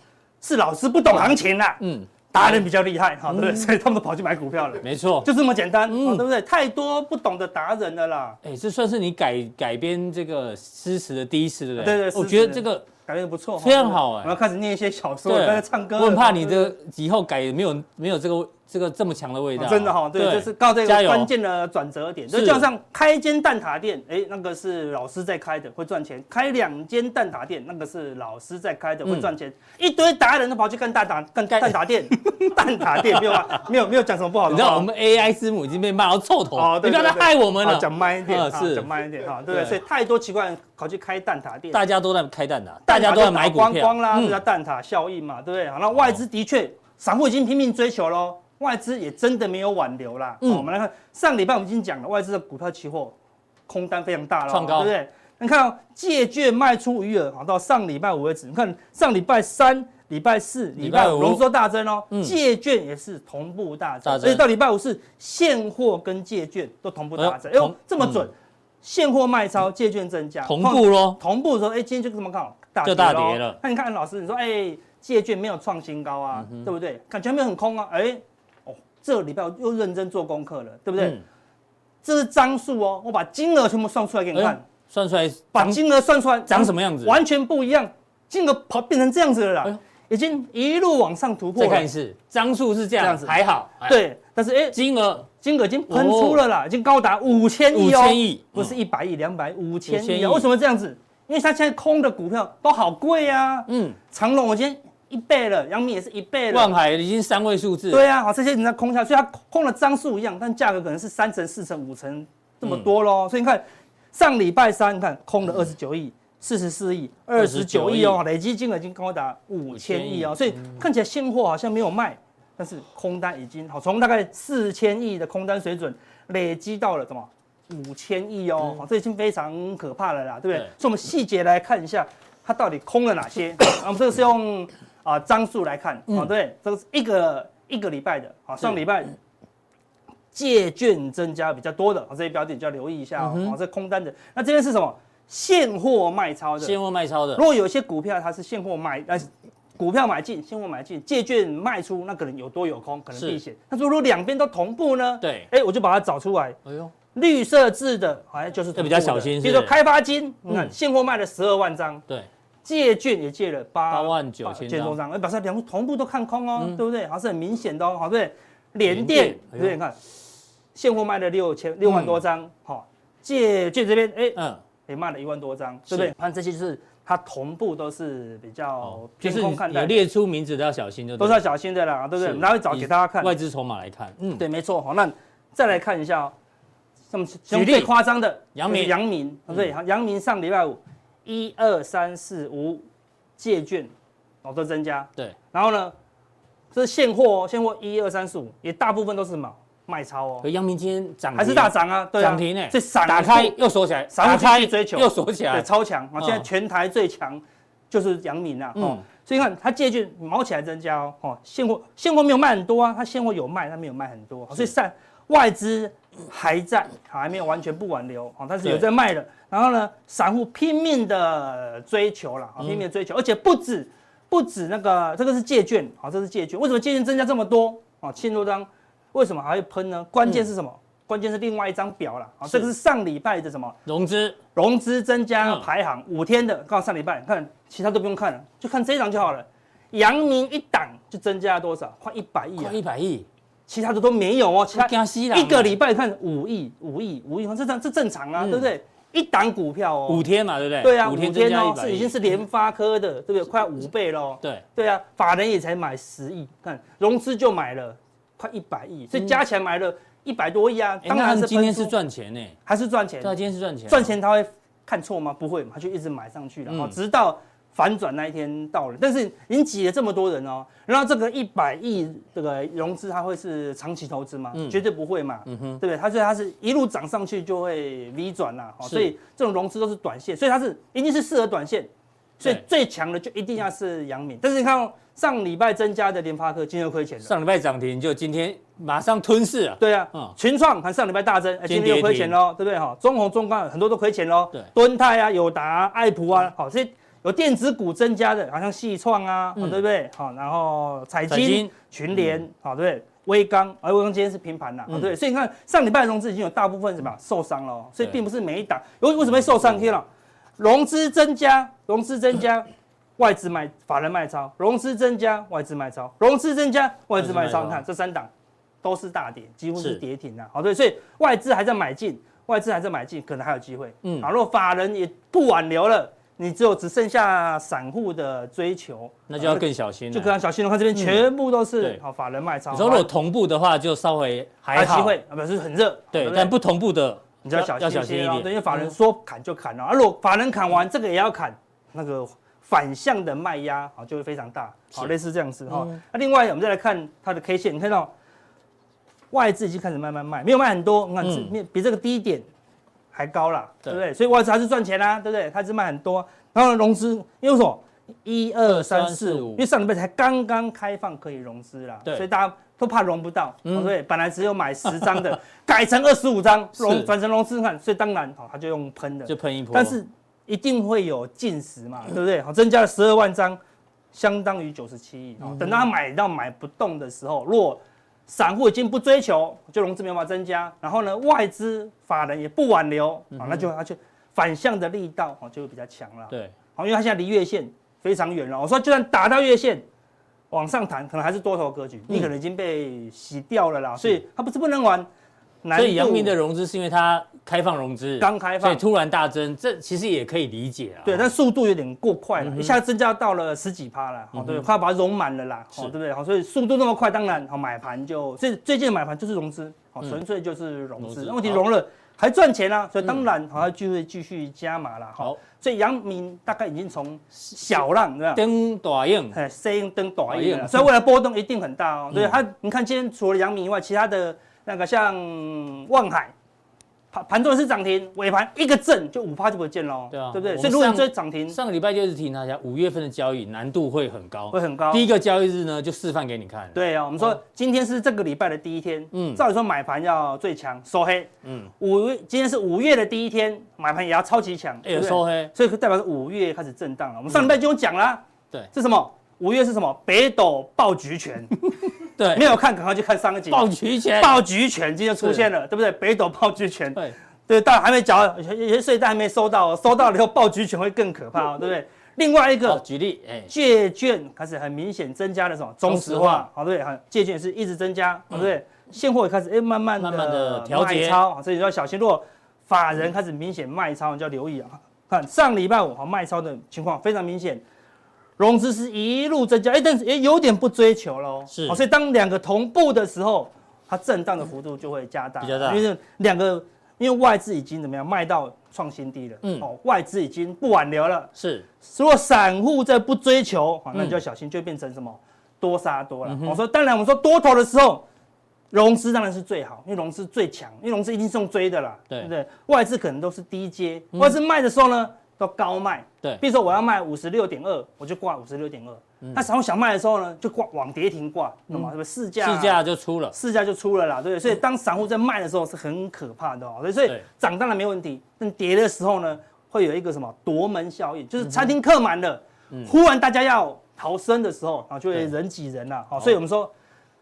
Speaker 2: 是老师不懂行情啦，
Speaker 1: 嗯，
Speaker 2: 达人比较厉害，哈，对不对？所以他们都跑去买股票了，
Speaker 1: 没错，
Speaker 2: 就这么简单，
Speaker 1: 嗯
Speaker 2: 哦对不对？太多不懂的达人了啦，
Speaker 1: 哎，这算是你改改编这个诗词的第一次，对不对？
Speaker 2: 对对
Speaker 1: 我
Speaker 2: 诗词
Speaker 1: 觉得这个
Speaker 2: 感觉不错，哈
Speaker 1: 非常好哎
Speaker 2: 我要开始念一些小说，
Speaker 1: 对
Speaker 2: 开始唱歌了，
Speaker 1: 我很怕你
Speaker 2: 对不对
Speaker 1: 的以后改没有没有这个这个这么强的味道
Speaker 2: 哦
Speaker 1: 啊，
Speaker 2: 真的哈，对，就是到这
Speaker 1: 加油
Speaker 2: 个关键的转折点，就是就像开一间蛋挞店，哎，那个是老师在开的，会赚钱；开两间蛋挞店，那个是老师在开的，会赚钱。
Speaker 1: 嗯
Speaker 2: 一堆达人都跑去干蛋挞，干蛋 挞店，蛋挞店没有啊，没有没有讲什么不好的
Speaker 1: 你
Speaker 2: 话。
Speaker 1: 知道我们 AI 字母已经被骂到臭头，
Speaker 2: 哦，
Speaker 1: 你
Speaker 2: 对
Speaker 1: 不要
Speaker 2: 对
Speaker 1: 再
Speaker 2: 对
Speaker 1: 害我们
Speaker 2: 啊
Speaker 1: 了。
Speaker 2: 讲慢一点，
Speaker 1: 啊
Speaker 2: 啊
Speaker 1: 是
Speaker 2: 讲慢一点哈，对不
Speaker 1: 对
Speaker 2: 对？所以太多奇怪的人跑去开蛋挞店，
Speaker 1: 大家都在开蛋的，大家都在买股
Speaker 2: 光
Speaker 1: 票，
Speaker 2: 光啦，啊
Speaker 1: 嗯
Speaker 2: 这叫蛋挞效应嘛，对不对？好，那外资的确，散户已经拼命追求喽，外资也真的没有挽留啦。
Speaker 1: 嗯
Speaker 2: 好我们来看上礼拜我们已经讲了，外资的股票期货空单非常大了，
Speaker 1: 创高
Speaker 2: 对不对？你看哦借券卖出余额，好到上礼拜五为止，你看上礼拜三、礼拜四、
Speaker 1: 礼
Speaker 2: 礼
Speaker 1: 拜
Speaker 2: 拜
Speaker 1: 五
Speaker 2: 五融资都大增哦
Speaker 1: 嗯，
Speaker 2: 借券也是同步大增，
Speaker 1: 大
Speaker 2: 而
Speaker 1: 增
Speaker 2: 且到礼拜五是现货跟借券都同步大增，
Speaker 1: 哎
Speaker 2: 哎
Speaker 1: 呦
Speaker 2: 呦，这么
Speaker 1: 同
Speaker 2: 准，现货卖超，借券增加，
Speaker 1: 同步咯。
Speaker 2: 同步的时候，哎、今天就这么看好，大
Speaker 1: 就
Speaker 2: 跌
Speaker 1: 大
Speaker 2: 咯
Speaker 1: 跌了嗯
Speaker 2: 那你看老师，你说，哎、借券没有创新高啊，对不对？感觉还没有很空啊，哎、哦，这礼拜我又认真做功课了，对不对？
Speaker 1: 嗯
Speaker 2: 这是张数哦，我把金额全部算出来给你看，
Speaker 1: 哎算出来
Speaker 2: 把
Speaker 1: 涨
Speaker 2: 金额算出来，
Speaker 1: 长什么样子
Speaker 2: 完全不一样，金额跑变成这样子了啦，
Speaker 1: 哎呦
Speaker 2: 已经一路往上突破
Speaker 1: 再
Speaker 2: 了
Speaker 1: 看一。次，张数是这
Speaker 2: 这
Speaker 1: 样，
Speaker 2: 样子
Speaker 1: 还好，哎，
Speaker 2: 对，但是哎、
Speaker 1: 金额
Speaker 2: 金额已经喷出了啦，已经高达五千
Speaker 1: 哦五
Speaker 2: 亿哦，
Speaker 1: 千亿，
Speaker 2: 不是一百亿、两百、五千
Speaker 1: 5000
Speaker 2: 亿
Speaker 1: 亿
Speaker 2: 啊？为什么这样子？因为它现在空的股票都好贵啊。
Speaker 1: 嗯，
Speaker 2: 长隆我今天一倍了，阳明也是一倍
Speaker 1: 嗯万
Speaker 2: 了。
Speaker 1: 海已经三位数字，
Speaker 2: 对啊，好，这些人在空下，所以它空的张数一样，但价格可能是三成、四成、五成这么多喽。所以你看，上礼拜三你看空了二十九亿、四十四亿、嗯二十九亿哦，累积金额已经高达五千亿哦。所以看起来现货好像没有卖，但是空单已经好从大概四千亿的空单水准累积到了什么五千亿哦，好这已经非常可怕了啦，对不对？
Speaker 1: 对
Speaker 2: 所以我们细节来看一下，它到底空了哪 些。啊我们这个是用啊张数来看，
Speaker 1: 嗯
Speaker 2: 好、对，这个是一个一个礼拜的，好、上
Speaker 1: 是
Speaker 2: 礼拜。借券增加比较多的，好这些标的就要留意一下哦。
Speaker 1: 嗯哼
Speaker 2: 好这空单的，那这边是什么？现货卖超的，
Speaker 1: 现货卖超的
Speaker 2: 如，果有一些股票它是现货买，呃，股票买进，现货买进，借券卖出，那可能有多有空，可能
Speaker 1: 是
Speaker 2: 避险。那如果两边都同步呢？
Speaker 1: 对，
Speaker 2: 哎、我就把它找出来，
Speaker 1: 哎呦，
Speaker 2: 绿色字的，好像就是同步的
Speaker 1: 这比较小心是不
Speaker 2: 比
Speaker 1: 是
Speaker 2: 如说开发金，
Speaker 1: 嗯
Speaker 2: 你看、现货卖了十二万张，
Speaker 1: 对，
Speaker 2: 借券也借了八
Speaker 1: 八万九千张，
Speaker 2: 多张，哎，表示两个同步都看空哦，
Speaker 1: 嗯
Speaker 2: 对不对？好像是很明显的哦，好，对不对？
Speaker 1: 联
Speaker 2: 联
Speaker 1: 电
Speaker 2: 电，
Speaker 1: 哎呦
Speaker 2: 对不对？你看，现货卖了六千六万多张，好、借券这边，哎、
Speaker 1: 嗯，
Speaker 2: 也卖了一万多张，对不对
Speaker 1: 是？
Speaker 2: 反正这些就是它同步都是比较
Speaker 1: 哦就
Speaker 2: 偏
Speaker 1: 是
Speaker 2: 空看
Speaker 1: 有
Speaker 2: 待，
Speaker 1: 列出名字都要小心，就对
Speaker 2: 都是要小心的啦，对不
Speaker 1: 是
Speaker 2: 对？我们待会找
Speaker 1: 以
Speaker 2: 给大家看。
Speaker 1: 外资筹码来看，嗯，
Speaker 2: 对，没错。好，那再来看一下哦，那么
Speaker 1: 例
Speaker 2: 举最夸张的
Speaker 1: 阳明嗯
Speaker 2: 就是阳明，哦对，阳明上礼拜五一二三四五借券哦都增加，
Speaker 1: 对，
Speaker 2: 然后呢，这是现货哦，现货一二三四五也大部分都是买卖超哦
Speaker 1: 可，阳明今天涨停，
Speaker 2: 还是大涨啊，对啊，
Speaker 1: 涨停呢
Speaker 2: 所以散户
Speaker 1: 打开又锁起来，
Speaker 2: 散户
Speaker 1: 打开
Speaker 2: 继续追求
Speaker 1: 又锁起来
Speaker 2: 对，，超强啊！
Speaker 1: 嗯
Speaker 2: 现在全台最强就是阳明啊，哦
Speaker 1: 嗯，
Speaker 2: 所以你看它借券毛起来增加哦，哦，现货现货没有卖很多啊，它现货有卖，它没有卖很多，哦所以散外资还在，好还没有完全不挽留，哦，但是
Speaker 1: 对
Speaker 2: 有在卖的。然后呢，散户拼命的追求了，
Speaker 1: 嗯
Speaker 2: 哦拼命地追求，而且不止不止那个，这个是借券，哦好，这是借券，为什么借券增加这么多？哦，千多张，为什么还会喷呢？关键是什么？关键是另外一张表啦，啊，
Speaker 1: 嗯是
Speaker 2: 这个是上礼拜的什么？
Speaker 1: 融资
Speaker 2: 融资增加
Speaker 1: 嗯
Speaker 2: 排行五天的，刚好上礼拜看，其他都不用看了，就看这一档就好了。阳明一档就增加了多少？快一百亿啊
Speaker 1: 快！一百亿，
Speaker 2: 其他的都没有哦，其他
Speaker 1: 惊死人啊
Speaker 2: 一个礼拜看五亿、五亿、五亿，这正这正常啊，
Speaker 1: 嗯
Speaker 2: 对不对？一档股票哦，
Speaker 1: 五天嘛，对不对？
Speaker 2: 对啊，
Speaker 1: 五
Speaker 2: 五
Speaker 1: 天增
Speaker 2: 天
Speaker 1: 加一
Speaker 2: 哦，
Speaker 1: 百嗯
Speaker 2: 是已经是联发科的，对不对？快要五倍喽。
Speaker 1: 对，
Speaker 2: 对啊，法人也才买十亿，看融资就买了快一百亿，所以加起来买了一百多亿啊。
Speaker 1: 哎嗯
Speaker 2: 当
Speaker 1: 那他
Speaker 2: 然
Speaker 1: 们
Speaker 2: 是
Speaker 1: 今天
Speaker 2: 喷出
Speaker 1: 是赚钱呢，
Speaker 2: 还是赚钱
Speaker 1: 对，啊，今天是赚钱，
Speaker 2: 赚钱他会看错吗？不会嘛，他就一直买上去了，
Speaker 1: 嗯
Speaker 2: 哦直到反转那一天到了。但是已经挤了这么多人哦，然后这个一百亿这个融资，它会是长期投资吗？
Speaker 1: 嗯
Speaker 2: 绝对不会嘛，对不对？它所以它是一路涨上去就会 V 转啦，哦
Speaker 1: 是
Speaker 2: 所以这种融资都是短线，所以它是一定是适合短线。所以
Speaker 1: 对
Speaker 2: 最强的就一定要是阳明，但是你看、哦、上礼拜增加的联发科今天就亏钱了。
Speaker 1: 上礼拜涨停，就今天马上吞噬啊，
Speaker 2: 对啊，
Speaker 1: 嗯
Speaker 2: 群创看上礼拜大增，哎，
Speaker 1: 今
Speaker 2: 今
Speaker 1: 天
Speaker 2: 天又
Speaker 1: 跌
Speaker 2: 亏
Speaker 1: 停
Speaker 2: 钱喽，对不对哈？中红、中钢很多都亏钱喽，
Speaker 1: 对嗯
Speaker 2: 敦泰啊、友达啊、爱普啊，好这些有电子股增加的，好像细创啊，
Speaker 1: 嗯
Speaker 2: 哦对不对？好，然后彩
Speaker 1: 彩
Speaker 2: 金
Speaker 1: 金、
Speaker 2: 群联，好对不对？微刚，而微刚今天是平盘啦，
Speaker 1: 嗯
Speaker 2: 哦对，所以你看上礼拜融资已经有大部分什么受伤了，哦所以
Speaker 1: 对嗯
Speaker 2: 并不是每一档，为为什么会受伤？天了，融资增加，融资增加。外资卖，法人卖超，融资增加，外资卖超，融资增加，外资卖
Speaker 1: 外
Speaker 2: 超。
Speaker 1: 资卖超
Speaker 2: 你看这三档都是大跌，几乎是
Speaker 1: 是
Speaker 2: 跌停啊。好，对，所以外资还在买进，外资还在买进，可能还有机会。
Speaker 1: 嗯
Speaker 2: 嗯，好，如果法人也不挽留了，你只有只剩下散户的追求，
Speaker 1: 那就要
Speaker 2: 好
Speaker 1: 更小心了。
Speaker 2: 就跟小心了。看这边全部都
Speaker 1: 嗯
Speaker 2: 是
Speaker 1: 对
Speaker 2: 好法人卖超，
Speaker 1: 你说如果
Speaker 2: 好
Speaker 1: 同步的话，就稍微
Speaker 2: 还
Speaker 1: 还
Speaker 2: 有机
Speaker 1: 好，
Speaker 2: 会，啊，表示很热。
Speaker 1: 对，
Speaker 2: 不
Speaker 1: 但不同步的，
Speaker 2: 你就要小
Speaker 1: 要
Speaker 2: 心
Speaker 1: 小
Speaker 2: 一
Speaker 1: 心
Speaker 2: 些
Speaker 1: 一
Speaker 2: 哦，
Speaker 1: 点嗯
Speaker 2: 对，因为法人说砍就砍了，啊，如果法人砍完，这个也要砍，那个反向的卖压啊就会非常大，好，
Speaker 1: 是
Speaker 2: 类似这样子哈
Speaker 1: 嗯。
Speaker 2: 那另外我们再来看它的 K 线，你看到外资已经开始慢慢卖，没有卖很多，你看
Speaker 1: 嗯
Speaker 2: 这面比这个低点还高啦，
Speaker 1: 对
Speaker 2: 对不对？所以外资还是赚钱啦，对不对？它是卖很多，然后融资因为什么？一二三四
Speaker 1: 五
Speaker 2: 五，因为上礼拜才刚刚开放可以融资啦，
Speaker 1: 对
Speaker 2: 所以大家都怕融不到，哦
Speaker 1: 嗯
Speaker 2: 对不对？本来只有买十张的， 改成二十五张，
Speaker 1: 是
Speaker 2: 融转成融资看，所以当然好，哦他就用喷的
Speaker 1: 就，喷一波。
Speaker 2: 但是一定会有进食嘛，对不对？好，增加了十二万张，相当于九十七亿。哦
Speaker 1: 嗯
Speaker 2: 好等到他买到买不动的时候，若散户已经不追求，就融资没办法增加，然后呢，外资法人也不挽留，好，那就他就反向的力道哦就会比较强了。
Speaker 1: 嗯对，
Speaker 2: 好，因为它现在离月线非常远了。我说，就算打到月线往上弹，可能还是多头格局，
Speaker 1: 嗯
Speaker 2: 你可能已经被洗掉了啦。所以它不是不能玩，难
Speaker 1: 所以阳明
Speaker 2: 度
Speaker 1: 的融资是因为它开放融资，
Speaker 2: 刚开
Speaker 1: 所以
Speaker 2: 放，
Speaker 1: 突然大增，这其实也可以理解啊。
Speaker 2: 对，但速度有点过快
Speaker 1: 嗯
Speaker 2: 了，一下增加到了十几趴了，好，对，快要把它融满了啦，哦
Speaker 1: 是
Speaker 2: 好，对不对？好，所以速度那么快，当然好买盘就，所以最近的买盘就是融资，好，
Speaker 1: 嗯
Speaker 2: 纯粹就是融
Speaker 1: 融资
Speaker 2: 资，那问题
Speaker 1: 好嗯
Speaker 2: 融了还赚钱啊，所以当然好像就会继续加码了，好，
Speaker 1: 好，
Speaker 2: 所以阳明大概已经从小浪对吧？
Speaker 1: 灯短硬，
Speaker 2: 哎，声灯短一
Speaker 1: 哎呀
Speaker 2: 点，所以未来波动一定很大哦。对
Speaker 1: 嗯
Speaker 2: 它，你看今天除了阳明以外，其他的那个像望海盘盘中是涨停，尾盘一个震就五趴就不见喽，
Speaker 1: 对啊
Speaker 2: 对不对？
Speaker 1: 我们
Speaker 2: 所以如果
Speaker 1: 上
Speaker 2: 你追涨停
Speaker 1: 上个礼拜就是提醒大家，五月份的交易难度会很高
Speaker 2: 会。很高。
Speaker 1: 第一个交易日呢，就示范给你看。，
Speaker 2: 对啊，我们说今天是这个礼拜的第一天，
Speaker 1: 哦嗯
Speaker 2: 嗯，照理说买盘要最强收黑，
Speaker 1: 嗯，
Speaker 2: 五月今天是五月的第一天，买盘也要超级强，
Speaker 1: 哎
Speaker 2: 对
Speaker 1: 有
Speaker 2: 不对
Speaker 1: 收黑，嗯
Speaker 2: 所以代表是五月开始震荡了。我们上礼拜就有讲啦，
Speaker 1: 对
Speaker 2: 是什么？五月是什么？北斗爆 菊拳，
Speaker 1: 对，
Speaker 2: 没有看赶快去看上一集。
Speaker 1: 暴取钱，
Speaker 2: 爆菊拳今天出现
Speaker 1: 嗯
Speaker 2: 了，对不对？北斗爆菊拳，
Speaker 1: 对，
Speaker 2: 对，但还没缴，有有些税单还没收到、哦，收到了以后爆菊拳会更可
Speaker 1: 嗯
Speaker 2: 怕、哦，对不对？另外一
Speaker 1: 好，
Speaker 2: 个
Speaker 1: 举例，哎，
Speaker 2: 借券开始很明显增加了什么中
Speaker 1: 中石化
Speaker 2: 石
Speaker 1: 嗯
Speaker 2: 化，好对不对？好借券也是一直增加，好对不对？现货也开始哎慢慢
Speaker 1: 慢慢地
Speaker 2: 的
Speaker 1: 调节
Speaker 2: 超，哦好所以要小心。如果法人开始明显卖超，你就要留意啊。看上礼拜五好卖超的情况非常明显，融资是一路增加，哎，但是也有点不追求喽。
Speaker 1: 是
Speaker 2: 好所以当两个同步的时候，它震荡的幅度就会加大，
Speaker 1: 比较大
Speaker 2: 因为两个因为外资已经怎么样卖到创新低了，
Speaker 1: 嗯
Speaker 2: 嗯，哦，外资已经不挽留了。
Speaker 1: 是
Speaker 2: 如果散户再不追求，啊，那
Speaker 1: 嗯
Speaker 2: 你就要小心，就会变成什么多杀多了
Speaker 1: 嗯。哼
Speaker 2: 我说，当然我们说多头的时候，融资当然是最好，因为融资最强，因为融资一定是用追的啦，
Speaker 1: 对嗯
Speaker 2: 对不对？外资可能都是低阶，外资卖的时候呢都高卖，
Speaker 1: 对嗯
Speaker 2: 比如说我要卖五十六点二，我就挂五十六点二。那散户想卖的时候呢，就挂往跌停挂，懂吗？什么市价啊
Speaker 1: 市价就出了，
Speaker 2: 市价就出了啦，对不对？所以当散户在卖的时候是很可怕的哦，对所以
Speaker 1: 嗯对
Speaker 2: 涨当然没问题，但跌的时候呢，会有一个什么夺门效应，
Speaker 1: 嗯
Speaker 2: 就是餐厅客满了，忽然大家要逃生的时候，然后就会
Speaker 1: 对
Speaker 2: 人挤人
Speaker 1: 哦
Speaker 2: 啦。好，所以我们说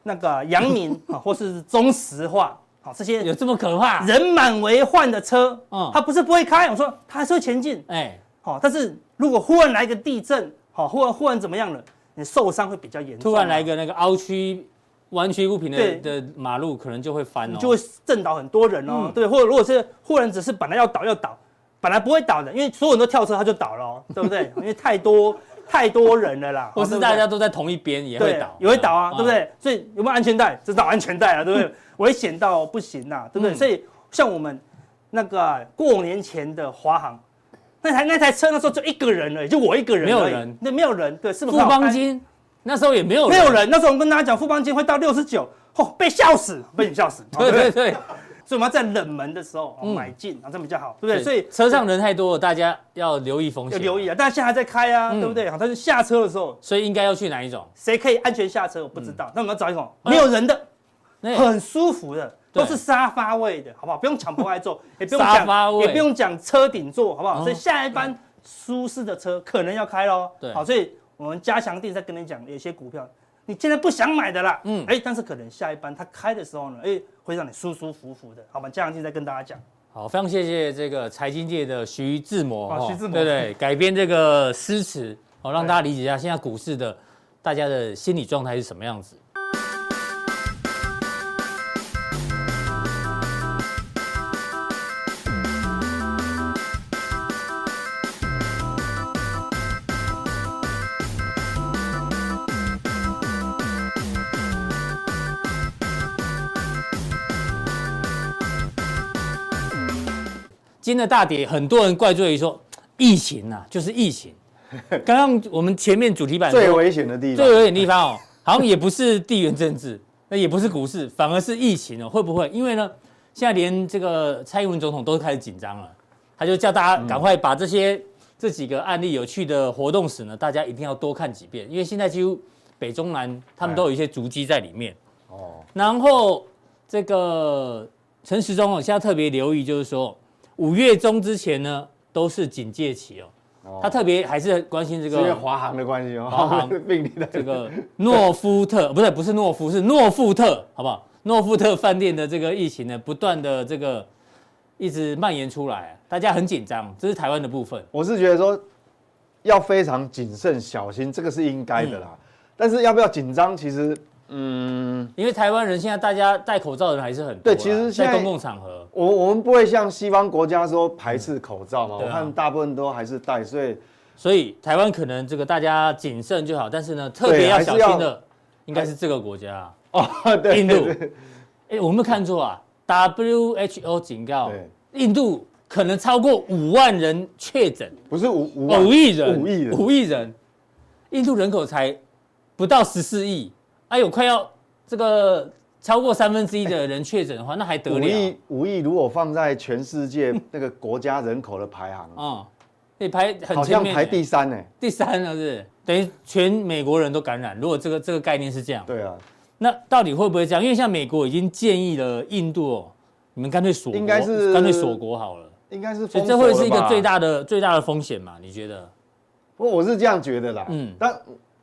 Speaker 2: 那个阳明啊，或是中石化，好这些
Speaker 1: 有这么可怕？
Speaker 2: 人满为患的车
Speaker 1: 嗯，
Speaker 2: 它不是不会开，我说它还是会前进，
Speaker 1: 哎，
Speaker 2: 好，但是如果忽然来个哦地震，好，忽然忽然怎么样了，你受伤会比较严重啊。
Speaker 1: 突然来个那个凹曲弯曲不平的
Speaker 2: 对
Speaker 1: 的马路，可能就会翻哦。
Speaker 2: 就会震倒很多人哦。
Speaker 1: 嗯
Speaker 2: 对，或者如果是忽然只是本来要倒要倒，本来不会倒的，因为所有人都跳车，他就倒了、哦，对不对？ 因为太多太多人了啦，
Speaker 1: 或
Speaker 2: 哦对
Speaker 1: 是
Speaker 2: 不对
Speaker 1: 大家都在同一边也会
Speaker 2: 对
Speaker 1: 倒，
Speaker 2: 也会倒啊，对不？对？所以有没有安全带？这找安全带啊，对不对？危险到不行呐、对不对？
Speaker 1: 嗯
Speaker 2: 所以像我们那个啊、过年前的华航。那台那台车那时候就一个人而已，就我一个人而
Speaker 1: 没
Speaker 2: 已，
Speaker 1: 有人
Speaker 2: 那没有人，对，是不
Speaker 1: 富
Speaker 2: 是很好
Speaker 1: 邦
Speaker 2: 看
Speaker 1: 金那时候也没有
Speaker 2: 没有，人。那时候我跟大家讲，富邦金会到六十九，哦，被笑死，被你 笑死， 哦
Speaker 1: 对对对，
Speaker 2: 所以我们要在冷门的时候、哦
Speaker 1: 嗯
Speaker 2: 买进，啊，这样比较好，对不对？所以
Speaker 1: 车上人太多了，大家要留意风
Speaker 2: 要
Speaker 1: 险，
Speaker 2: 留意。啊，但现在还在开啊，
Speaker 1: 嗯
Speaker 2: 对不对？好，但是下车的时候，
Speaker 1: 所以应该要去哪一种？
Speaker 2: 谁可以安全下车，我不知道。那我们要找一种
Speaker 1: 哎
Speaker 2: 没有人的、
Speaker 1: 那
Speaker 2: 很舒服的，
Speaker 1: 嗯对
Speaker 2: 都是沙发位的，好不好？不用抢迫 爱坐，也不用
Speaker 1: 沙发
Speaker 2: 讲，
Speaker 1: 位
Speaker 2: 也不用讲车顶座，好不好？
Speaker 1: 哦
Speaker 2: 所以下一班舒适的车可能要开喽。
Speaker 1: 对
Speaker 2: 好，所以我们加强定在跟你讲，有些股票你现在不想买的啦，
Speaker 1: 嗯
Speaker 2: 嗯，哎，但是可能下一班它开的时候呢，哎，会让你舒舒服服的，好吧？加强定再跟大家讲。
Speaker 1: 好，非常谢谢这个财经界的徐志摩，
Speaker 2: 啊
Speaker 1: 哦
Speaker 2: 徐志摩
Speaker 1: 对 对，改编这个诗词，哦，让
Speaker 2: 对
Speaker 1: 大家理解一下现在股市的大家的心理状态是什么样子。今天的大跌，很多人怪罪于说疫情呐、啊，就是疫 情。刚刚我们前面主题版
Speaker 3: 最
Speaker 1: 说
Speaker 3: 危险的地
Speaker 1: 最
Speaker 3: 方，
Speaker 1: 有点地方哦，好像也不是地缘政治，那也不是股市，反而是疫情哦，会不会？因为呢，现在连这个蔡英文总统都开始紧张了，他就叫
Speaker 3: 嗯
Speaker 1: 大家赶快把这些、这几个案例有趣的活动史呢，大家一定要多看几遍，因为现在几乎北中南他们都有一些足迹在里面。
Speaker 3: 哦，
Speaker 1: 然后这个陈时中哦，现在特别留意，就是说五月中之前呢都是警戒期哦，
Speaker 3: 哦
Speaker 1: 他特别还是关心这
Speaker 3: 是因为
Speaker 1: 个
Speaker 3: 华航的关系哦，
Speaker 1: 啊华航
Speaker 3: 病例的
Speaker 1: 这个诺夫特，不是不是诺夫，是诺富特，好不好？诺富特饭店的这个疫情呢，不断的这个一直蔓延出来，大家很紧张，这是台湾的部分。
Speaker 3: 我是觉得说要非常谨慎小心，这个是应该的啦。
Speaker 1: 嗯
Speaker 3: 但是要不要紧张，其实，嗯，
Speaker 1: 因为台湾人现在大家戴口罩的人还是很多啦，
Speaker 3: 对其实现
Speaker 1: 在
Speaker 3: 在
Speaker 1: 公共场合，
Speaker 3: 我我们不会像西方国家说排斥口罩嘛，
Speaker 1: 对啊
Speaker 3: 我看大部分都还是戴，所以
Speaker 1: 所以台湾可能这个大家谨慎就好，但是呢，特别
Speaker 3: 对
Speaker 1: 要
Speaker 3: 还是
Speaker 1: 小心
Speaker 3: 要
Speaker 1: 的应该是这个国家啊、
Speaker 3: 哦，对，
Speaker 1: 印度
Speaker 3: 对对
Speaker 1: 哎、我没有看错啊，WHO 警告，
Speaker 3: 对
Speaker 1: 印度可能超过五万人确诊，
Speaker 3: 不是五五
Speaker 1: 哦五亿人，
Speaker 3: 五亿人，
Speaker 1: 五亿人，印度人口才不到十四亿，哎呦，快要这个超过三分之一的人确诊的话，那还得
Speaker 3: 五
Speaker 1: 了
Speaker 3: 亿五亿，如果放在全世界那个国家人口的排 行，
Speaker 1: 啊？你、排很
Speaker 3: 好
Speaker 1: 前
Speaker 3: 像
Speaker 1: 面，
Speaker 3: 排第三呢。
Speaker 1: 第三了是不是等于全美国人都感染。如果这个这个概念是这样，
Speaker 3: 对啊，
Speaker 1: 那到底会不会这样？因为像美国已经建议了印度哦，你们干脆锁国，
Speaker 3: 应该是
Speaker 1: 干脆锁国好了。
Speaker 3: 应该是
Speaker 1: 所
Speaker 3: 封
Speaker 1: 以
Speaker 3: 锁
Speaker 1: 这
Speaker 3: 了
Speaker 1: 会是一个
Speaker 3: 吧
Speaker 1: 最大的最大的风险嘛？你觉得？
Speaker 3: 我我是这样觉得啦，
Speaker 1: 嗯
Speaker 3: 嗯，但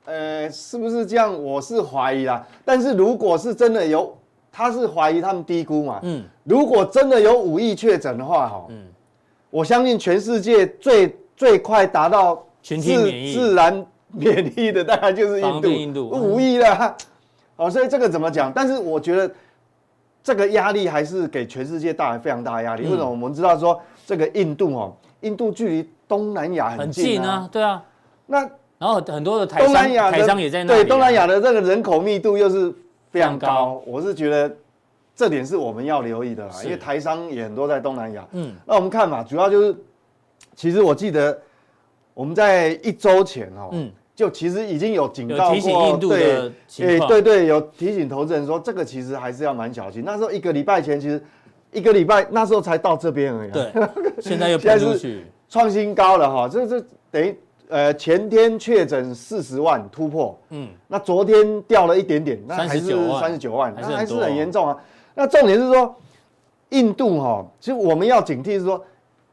Speaker 3: 呃，是不是这样？我是怀疑啦。但是如果是真的有，他是怀疑他们低估嘛，
Speaker 1: 嗯，
Speaker 3: 如果真的有五亿确诊的话，哈，
Speaker 1: 嗯
Speaker 3: 我相信全世界最最快达到
Speaker 1: 群
Speaker 3: 自
Speaker 1: 体免疫
Speaker 3: 自然免疫的，当然就是
Speaker 1: 防
Speaker 3: 印度，
Speaker 1: 对印度嗯
Speaker 3: 五亿啦。哦，所以这个怎么讲？但是我觉得这个压力还是给全世界带来非常大的压力。
Speaker 1: 嗯
Speaker 3: 为什么？我们知道说这个印度哦，印度距离东南亚
Speaker 1: 很
Speaker 3: 很
Speaker 1: 近
Speaker 3: 近
Speaker 1: 啊
Speaker 3: 啊，，
Speaker 1: 对啊。
Speaker 3: 那
Speaker 1: 然后很多的台
Speaker 3: 东
Speaker 1: 商
Speaker 3: 南亚的
Speaker 1: 台商也在那里啊、
Speaker 3: 对东南亚的这个人口密度又是非
Speaker 1: 非常
Speaker 3: 常高
Speaker 1: 高，
Speaker 3: 我是觉得这点是我们要留意的啦，
Speaker 1: 是
Speaker 3: 因为台商也很多在东南亚。
Speaker 1: 嗯，
Speaker 3: 那我们看嘛，主要就是，其实我记得我们在一周前哦，
Speaker 1: 嗯
Speaker 3: 就其实已经有警告
Speaker 1: 有
Speaker 3: 过，
Speaker 1: 提醒印度的情
Speaker 3: 对，哎
Speaker 1: 况
Speaker 3: 对对，有提醒投资人说这个其实还是要蛮小心。那时候一个礼拜前，其实一个礼拜那时候才到这边而已、啊，
Speaker 1: 对，现在又
Speaker 3: 现
Speaker 1: 喷
Speaker 3: 在
Speaker 1: 出
Speaker 3: 是
Speaker 1: 去，
Speaker 3: 创新高了哈，这这等于呃前天确诊四十万突破，
Speaker 1: 嗯，
Speaker 3: 那昨天掉了一点点，那还是
Speaker 1: 39万
Speaker 3: 三十九万，
Speaker 1: 还是
Speaker 3: 那还
Speaker 1: 很多
Speaker 3: 是很严重啊。那重点是说，印度哈、其实我们要警惕是说，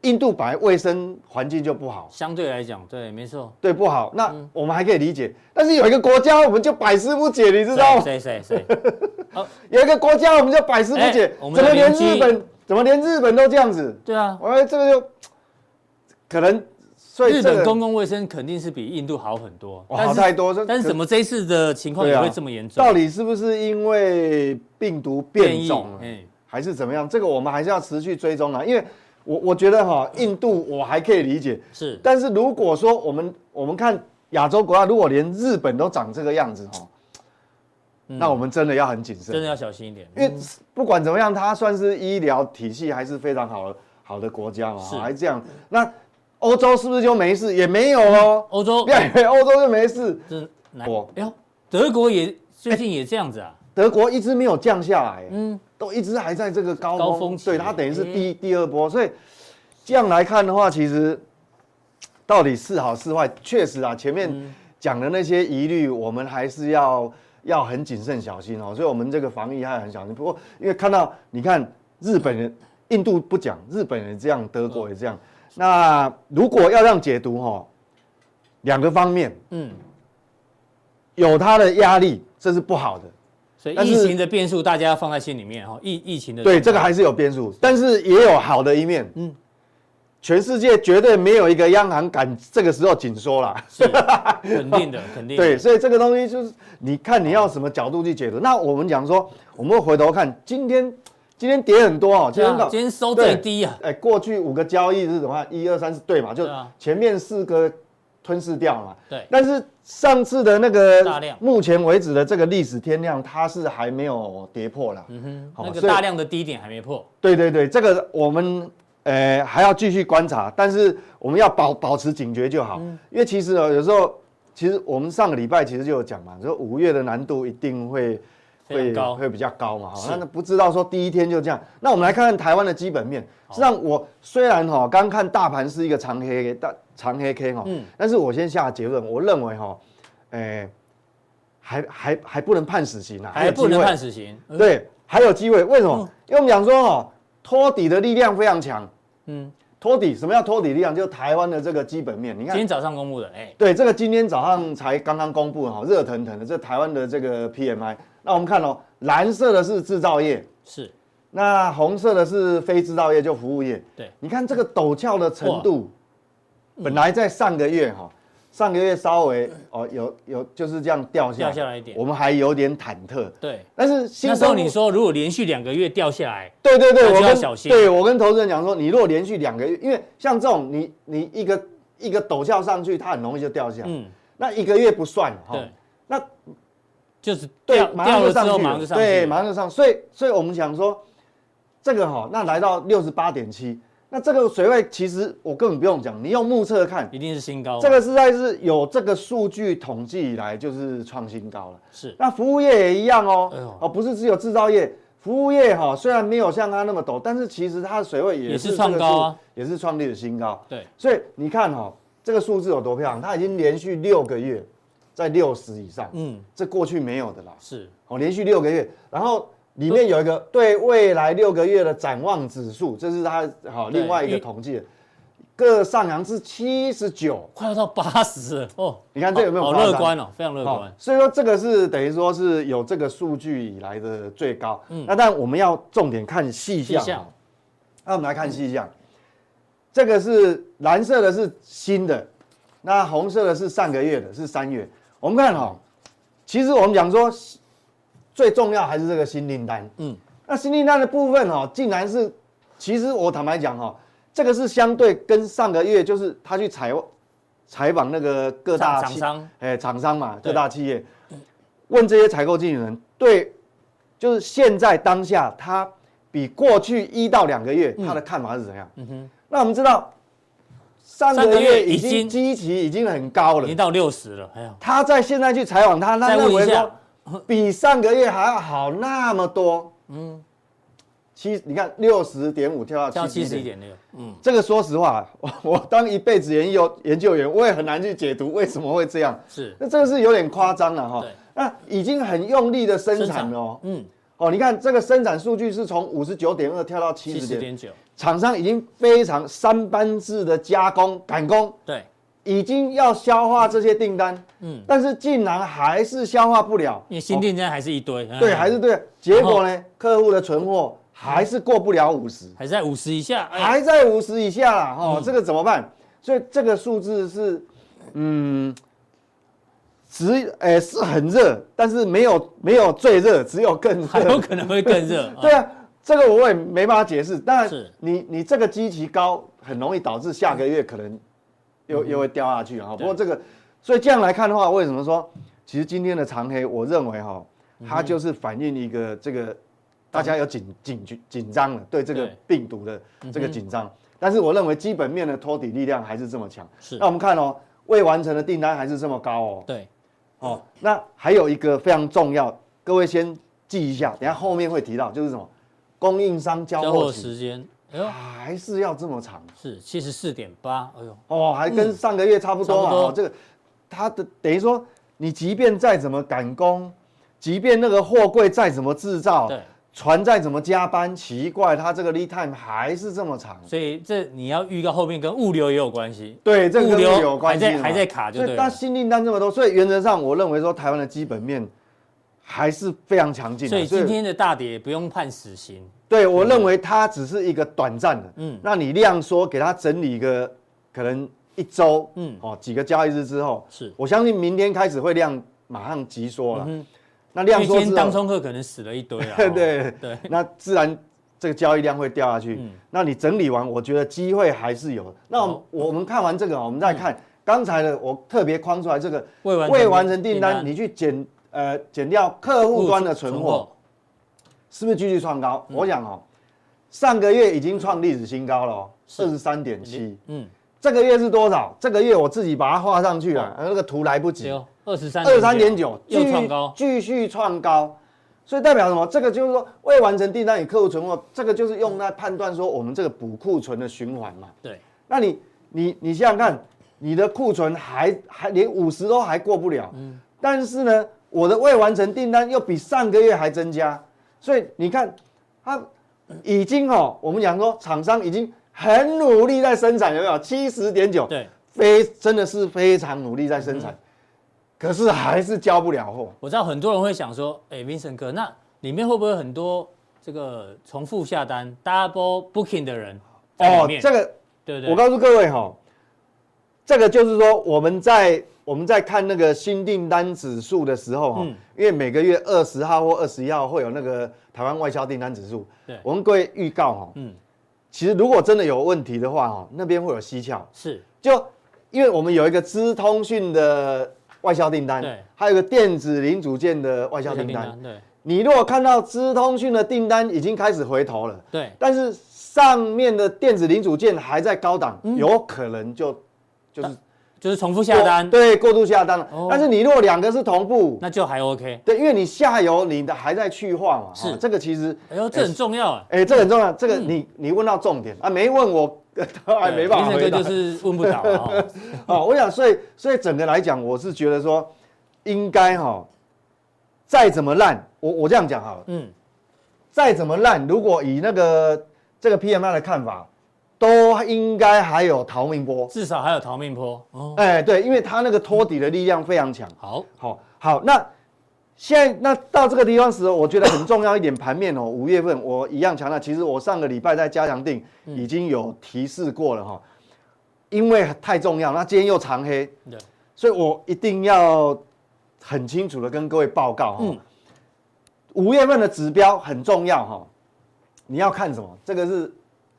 Speaker 3: 印度本来卫生环境就不好，
Speaker 1: 相对来讲，对，没错。
Speaker 3: 对不好，那
Speaker 1: 嗯
Speaker 3: 我们还可以理解。但是有一个国家我们就百思不解，你知道吗？
Speaker 1: 谁谁谁？
Speaker 3: 有一个国家我们就百思不解，
Speaker 1: 哎我们
Speaker 3: 怎
Speaker 1: 的
Speaker 3: 么连
Speaker 1: 邻居
Speaker 3: 日本怎么连日本都这样子？
Speaker 1: 对啊，
Speaker 3: 我这个就可能 所以
Speaker 1: 日
Speaker 3: 这
Speaker 1: 本
Speaker 3: 个
Speaker 1: 公共卫生肯定是比印度好很多，
Speaker 3: 哇好太多这
Speaker 1: 但是
Speaker 3: 可
Speaker 1: 怎么这一次的情况
Speaker 3: 对
Speaker 1: 也
Speaker 3: 啊
Speaker 1: 会这么严重？
Speaker 3: 到底是不是因为病毒变种了，
Speaker 1: 哎，
Speaker 3: 还是怎么样？这个我们还是要持续追踪啊，因为我我觉得哈，印度我还可以理解，
Speaker 1: 是
Speaker 3: 但是如果说我们我们看亚洲国家，如果连日本都长这个样子哈，那我们真的要很谨慎，
Speaker 1: 嗯真的要小心一点。
Speaker 3: 因为不管怎么样，它算是医疗体系还是非常好的好的国家嘛，
Speaker 1: 是
Speaker 3: 还这样。那欧洲是不是就没事？也没有哦，
Speaker 1: 欧洲 哎
Speaker 3: 不要以为欧洲就没事，
Speaker 1: 这哪
Speaker 3: 我？
Speaker 1: 哎
Speaker 3: 哎
Speaker 1: 呦，德国也最近也这样子啊，
Speaker 3: 德国一直没有降下来，
Speaker 1: 嗯
Speaker 3: 嗯，都一直还在这个高峰，
Speaker 1: 高峰期
Speaker 3: 对，它等于是
Speaker 1: 哎
Speaker 3: 第一第二波，所以这样来看的话，其实到底是好是坏，确实啊，前面
Speaker 1: 嗯
Speaker 3: 讲的那些疑虑，我们还是要要很谨慎小心哦，所以我们这个防疫还很小心。不过因为看到你看日本人、印度不讲，日本人这样，德国也这样，
Speaker 1: 嗯
Speaker 3: 那如果要让解读哦，两个方面
Speaker 1: 嗯，
Speaker 3: 有它的压力，这是不好的。
Speaker 1: 所以
Speaker 3: 但是
Speaker 1: 疫情的变数大家要放在心里面哈，疫疫情的
Speaker 3: 对，
Speaker 1: 变化
Speaker 3: 这个还是有变数，但是也有好的一面。嗯，全世界绝对没有一个央行敢这个时候紧缩啦。
Speaker 1: 是肯定的，肯定的
Speaker 3: 对，所以这个东西就是你看你要什么角度去解读。那我们讲说，我们回头看今天，今天跌很多哦，今
Speaker 1: 对
Speaker 3: 天
Speaker 1: 啊
Speaker 3: 到
Speaker 1: 今天收最低啊，
Speaker 3: 哎，过去五个交易日的话，一二三四对嘛，就
Speaker 1: 对啊
Speaker 3: 前面四个吞噬掉了嘛。
Speaker 1: 对
Speaker 3: 但是上次的那个
Speaker 1: 大量
Speaker 3: 目前为止的这个历史天量，它是还没有跌破啦。嗯哼，
Speaker 1: 那个
Speaker 3: 所以
Speaker 1: 大量的低点还没破，
Speaker 3: 对对对，这个我们呃还要继续观察，但是我们要保保持警觉就好，
Speaker 1: 嗯
Speaker 3: 因为其实哦有时候其实我们上个礼拜其实就有讲嘛，说五月的难度一定会。
Speaker 1: 非
Speaker 3: 会
Speaker 1: 常高
Speaker 3: 会比较高嘛？
Speaker 1: 是
Speaker 3: 哈，那不知道说第一天就这样。那我们来看看台湾的基本面。实际上，我虽然哈、刚看大盘是一个长黑大长黑 K 哈、
Speaker 1: 嗯
Speaker 3: 但是我先下结论，我认为哈、诶、还还还不能判死刑啊，
Speaker 1: 还
Speaker 3: 有
Speaker 1: 不
Speaker 3: 机
Speaker 1: 能
Speaker 3: 会
Speaker 1: 判死刑。嗯
Speaker 3: 对，还有机会。为什么？因为我们讲说哦，托底的力量非常强。
Speaker 1: 嗯
Speaker 3: 嗯，托底什么叫托底力量？就台湾的这个基本面，你
Speaker 1: 今
Speaker 3: 看
Speaker 1: 天。早上公布的，哎，
Speaker 3: 对，这个今天早上才刚刚公布哈、哦，热腾腾的这台湾的这个 PMI。那我们看哦，蓝色的是制造业，
Speaker 1: 是
Speaker 3: 那红色的是非制造业，就服务业。
Speaker 1: 对，
Speaker 3: 你看这个陡峭的程度，
Speaker 1: 嗯
Speaker 3: 本来在上个月哈、哦上个月稍微哦有有就是这样掉下
Speaker 1: 掉下来一点
Speaker 3: 我们还有点忐忑。
Speaker 1: 对。
Speaker 3: 但是新
Speaker 1: 那时候
Speaker 3: 公布
Speaker 1: 你说如果连续两个月掉下来，
Speaker 3: 对对对，
Speaker 1: 那就
Speaker 3: 我
Speaker 1: 要
Speaker 3: 跟
Speaker 1: 小心
Speaker 3: 对我跟投资人讲说，你如果连续两个月，因为像这种你你一个一个陡峭上去，它很容易就掉下来。
Speaker 1: 嗯，
Speaker 3: 那一个月不算哈
Speaker 1: 对，
Speaker 3: 那
Speaker 1: 就是
Speaker 3: 对
Speaker 1: 掉，
Speaker 3: 马
Speaker 1: 掉
Speaker 3: 上就
Speaker 1: 了之
Speaker 3: 上
Speaker 1: 后
Speaker 3: 去
Speaker 1: 马
Speaker 3: 了
Speaker 1: 上就上去了，
Speaker 3: 对，马上就上。所以所以我们想说，这个哈，那来到六十八点七，那这个水位其实我根本不用讲，你用目测看，
Speaker 1: 一定是新高嘛。
Speaker 3: 这个实在是有这个数据统计以来就是创新高了。
Speaker 1: 是
Speaker 3: 那服务业也一样哦，
Speaker 1: 哎呦
Speaker 3: 哦，不是只有制造业，服务业哈、虽然没有像它那么陡，但是其实它的水位也
Speaker 1: 也是
Speaker 3: 是
Speaker 1: 创高啊
Speaker 3: 这个数，也是创历史新高。
Speaker 1: 对，
Speaker 3: 所以你看哈、这个数字有多漂亮，它已经连续六个月在六十以上，
Speaker 1: 嗯，
Speaker 3: 这过去没有的啦，
Speaker 1: 是
Speaker 3: 哦，连续六个月，然后。里面有一个对未来六个月的展望指数，这是它好、
Speaker 1: 对
Speaker 3: 另外一个
Speaker 1: 因
Speaker 3: 统计的，各上扬至七十九，
Speaker 1: 快要到八十了哦。
Speaker 3: 你看这有没有
Speaker 1: 好
Speaker 3: 夸张
Speaker 1: 乐观哦，非常乐
Speaker 3: 好，
Speaker 1: 观。
Speaker 3: 所以说这个是等于说是有这个数据以来的最高。那但我们要重点看细项
Speaker 1: 嗯细项
Speaker 3: 哦。那我们来看细项，这个是蓝色的是新的，那红色的是上个月的，是三月。我们看哈、其实我们讲说最重要还是这个新订单。
Speaker 1: 嗯
Speaker 3: 嗯，那新订单的部分哈、竟然是，其实我坦白讲哈、这个是相对跟上个月就是他去采采访那个各大
Speaker 1: 厂
Speaker 3: 企
Speaker 1: 商，
Speaker 3: 哎，厂商嘛，
Speaker 1: 对
Speaker 3: 各大企业，问这些采购经理人，对，就是现在当下他比过去一到两个月他的看法是怎样？嗯哼，那我们知道上
Speaker 1: 上个
Speaker 3: 个
Speaker 1: 月
Speaker 3: 月已
Speaker 1: 已经
Speaker 3: 经基期已经很高
Speaker 1: 已
Speaker 3: 了
Speaker 1: 经，到六十了，哎呀，
Speaker 3: 他在现在去采访他，
Speaker 1: 再
Speaker 3: 他
Speaker 1: 问
Speaker 3: 认为
Speaker 1: 一下
Speaker 3: 说比上个月还要好那么多，嗯，七，你看六十点五跳
Speaker 1: 跳
Speaker 3: 到
Speaker 1: 七
Speaker 3: 七
Speaker 1: 十
Speaker 3: 十
Speaker 1: 一
Speaker 3: 点。
Speaker 1: 点六，嗯，
Speaker 3: 这个说实话， 我我当一辈子研究研究员，我也很难去解读为什么会这样。
Speaker 1: 是
Speaker 3: 那这个是有点夸张了哈
Speaker 1: 对。
Speaker 3: 那已经很用力的生产了哦。
Speaker 1: 嗯，
Speaker 3: 哦，你看这个生产数据是从五十九点二跳到七
Speaker 1: 七十
Speaker 3: 十点，
Speaker 1: 点九，
Speaker 3: 厂商已经非常三班制的加工赶工，
Speaker 1: 对，
Speaker 3: 已经要消化这些订单，
Speaker 1: 嗯
Speaker 3: 嗯，但是竟然还是消化不了，
Speaker 1: 因为新订单还是一堆，
Speaker 3: 哦对，
Speaker 1: 哎
Speaker 3: 还是对，结果呢，客户的存货还是过不了五十，
Speaker 1: 还是在五十以下，哎呀嗯
Speaker 3: 还在五十以下啦，哈，这个怎么办？所以这个数字是，嗯，只诶、是很热，但是没有没有最热，只有更
Speaker 1: 还有
Speaker 3: 热。
Speaker 1: 可能会更 热。
Speaker 3: 对啊，这个我也没办法解释。当然
Speaker 1: 嗯是，
Speaker 3: 你你这个基期高，很容易导致下个月可能
Speaker 1: 嗯
Speaker 3: 又、又会掉下去啊。不过这个，所以这样来看的话，为什么说其实今天的长黑，我认为哈，
Speaker 1: 嗯
Speaker 3: 它就是反映一个这个大家有紧紧紧紧张了，对这个
Speaker 1: 对嗯
Speaker 3: 病毒的这个紧张。但是我认为基本面的托底力量还是这么强。
Speaker 1: 是
Speaker 3: 那我们看哦，未完成的订单还是这么高哦。
Speaker 1: 对，
Speaker 3: 哦，那还有一个非常重要，各位先记一下，等一下后面会提到，就是什么供应商交
Speaker 1: 交
Speaker 3: 货
Speaker 1: 货
Speaker 3: 期
Speaker 1: 时间，哎呦，
Speaker 3: 还是要这么长
Speaker 1: 是七十四点八，哎呦，
Speaker 3: 哦，还跟上个月差不多
Speaker 1: 差
Speaker 3: 嘛。
Speaker 1: 不多
Speaker 3: 哦，这个它的等于说，你即便再怎么赶工，即便那个货柜再怎么制造，
Speaker 1: 对，
Speaker 3: 船再怎么加班，奇怪，它这个 lead time 还是这么长。
Speaker 1: 所以这你要预告后面跟物流也有关系。
Speaker 3: 嗯对，这个
Speaker 1: 物
Speaker 3: 跟
Speaker 1: 流
Speaker 3: 有关系
Speaker 1: 还在
Speaker 3: 嘛
Speaker 1: 还在卡就
Speaker 3: 所
Speaker 1: 对
Speaker 3: 以
Speaker 1: 了
Speaker 3: 它新订单这么多，所以原则上我认为说台湾的基本面还是非常强劲的。
Speaker 1: 所以今天的大跌不用判死刑，
Speaker 3: 对我认为它只是一个短暂的，
Speaker 1: 嗯
Speaker 3: 嗯，那你量缩给它整理一个可能一周，
Speaker 1: 嗯
Speaker 3: 嗯，哦几个交易日之后，
Speaker 1: 是
Speaker 3: 我相信明天开始会量马上急缩了，
Speaker 1: 嗯
Speaker 3: 那
Speaker 1: 因
Speaker 3: 量
Speaker 1: 为今
Speaker 3: 缩之
Speaker 1: 天
Speaker 3: 后，
Speaker 1: 当冲客可能死了一堆 啊。
Speaker 3: 对
Speaker 1: 哦
Speaker 3: 对
Speaker 1: 对
Speaker 3: 对，那自然这个交易量会掉下去。
Speaker 1: 嗯
Speaker 3: 那你整理完，我觉得机会还是有的。那我们
Speaker 1: 好嗯
Speaker 3: 我们看完这个，我们再看刚才的，我特别框出来这个
Speaker 1: 未完成
Speaker 3: 未完成订
Speaker 1: 订
Speaker 3: 单，
Speaker 1: 单
Speaker 3: 你去减呃减掉客户端的存货，嗯是不是继续创高？
Speaker 1: 嗯
Speaker 3: 我想哦，上个月已经创历史新高了、哦，二十三点七。
Speaker 1: 嗯，
Speaker 3: 这个月是多少？这个月我自己把它画上去了，呃那个图来不及。
Speaker 1: 有哦二十哦三
Speaker 3: 二三点九，
Speaker 1: 又
Speaker 3: 继续
Speaker 1: 创高，
Speaker 3: 继续创高，所以代表什么？这个就是说未完成订单与客户存货，这个就是用来判断说我们这个补库存的循环嘛。
Speaker 1: 对，
Speaker 3: 那你你你想想看，你的库存还还连五十都还过不了，
Speaker 1: 嗯
Speaker 3: 但是呢，我的未完成订单又比上个月还增加，所以你看，它已经哦，我们讲说厂商已经很努力在生产，有没有？七十点九，
Speaker 1: 对，嗯
Speaker 3: 非真的是非常努力在生产，可是还是交不了货。
Speaker 1: 我知道很多人会想说，哎，Vincent 哥，那里面会不会有很多这个重复下单 double booking 的人在里面？
Speaker 3: 哦这个
Speaker 1: 对不对？
Speaker 3: 我告诉各位哈、哦，这个就是说我们在我们在看那个新订单指数的时候哈、哦
Speaker 1: 嗯
Speaker 3: 因为每个月二十号或二十一号会有那个台湾外销订单指数
Speaker 1: 对，
Speaker 3: 我们各位预告哈、哦，
Speaker 1: 嗯，
Speaker 3: 其实如果真的有问题的话哈、哦，那边会有蹊跷，
Speaker 1: 是
Speaker 3: 就因为我们有一个资通讯的外销订单
Speaker 1: 对，
Speaker 3: 还有一个电子零组件的外销订单。
Speaker 1: 对
Speaker 3: 你如果看到资通讯的订单已经开始回头了，
Speaker 1: 对，
Speaker 3: 但是上面的电子零组件还在高档，有可能就就是
Speaker 1: 就是重复嗯下单，
Speaker 3: 对过度下单了。
Speaker 1: 哦
Speaker 3: 但是你如果两个是同步，
Speaker 1: 那就还 OK。
Speaker 3: 对，因为你下游你的还在去化嘛，
Speaker 1: 是
Speaker 3: 哦这个其实，
Speaker 1: 哎呦，这很重要啊！
Speaker 3: 哎、这个很重要，这个你、你问到重点啊，没问我。 当然哎没办法
Speaker 1: Vincent
Speaker 3: 回
Speaker 1: 哥
Speaker 3: 答
Speaker 1: 就是问不倒啊哦。
Speaker 3: 哦，我想，所以所以整个来讲，我是觉得说，应该哈、再怎么烂，我我这样讲好了，
Speaker 1: 嗯，
Speaker 3: 再怎么烂，如果以那个这个 PMI 的看法，都应该还有逃命波。
Speaker 1: 至少还有逃命坡哦。
Speaker 3: 哎、对，因为它那个托底的力量非常强。
Speaker 1: 好，
Speaker 3: 好、好，那现在那到这个地方时，我觉得很重要一点盘面哦。 五月份我一样强调，其实我上个礼拜在加强定已经有提示过了哈、因为太重要。那今天又长黑，
Speaker 1: 对，
Speaker 3: 所以我一定要很清楚的跟各位报告哈、
Speaker 1: 嗯
Speaker 3: 五月份的指标很重要哈、你要看什么？这个是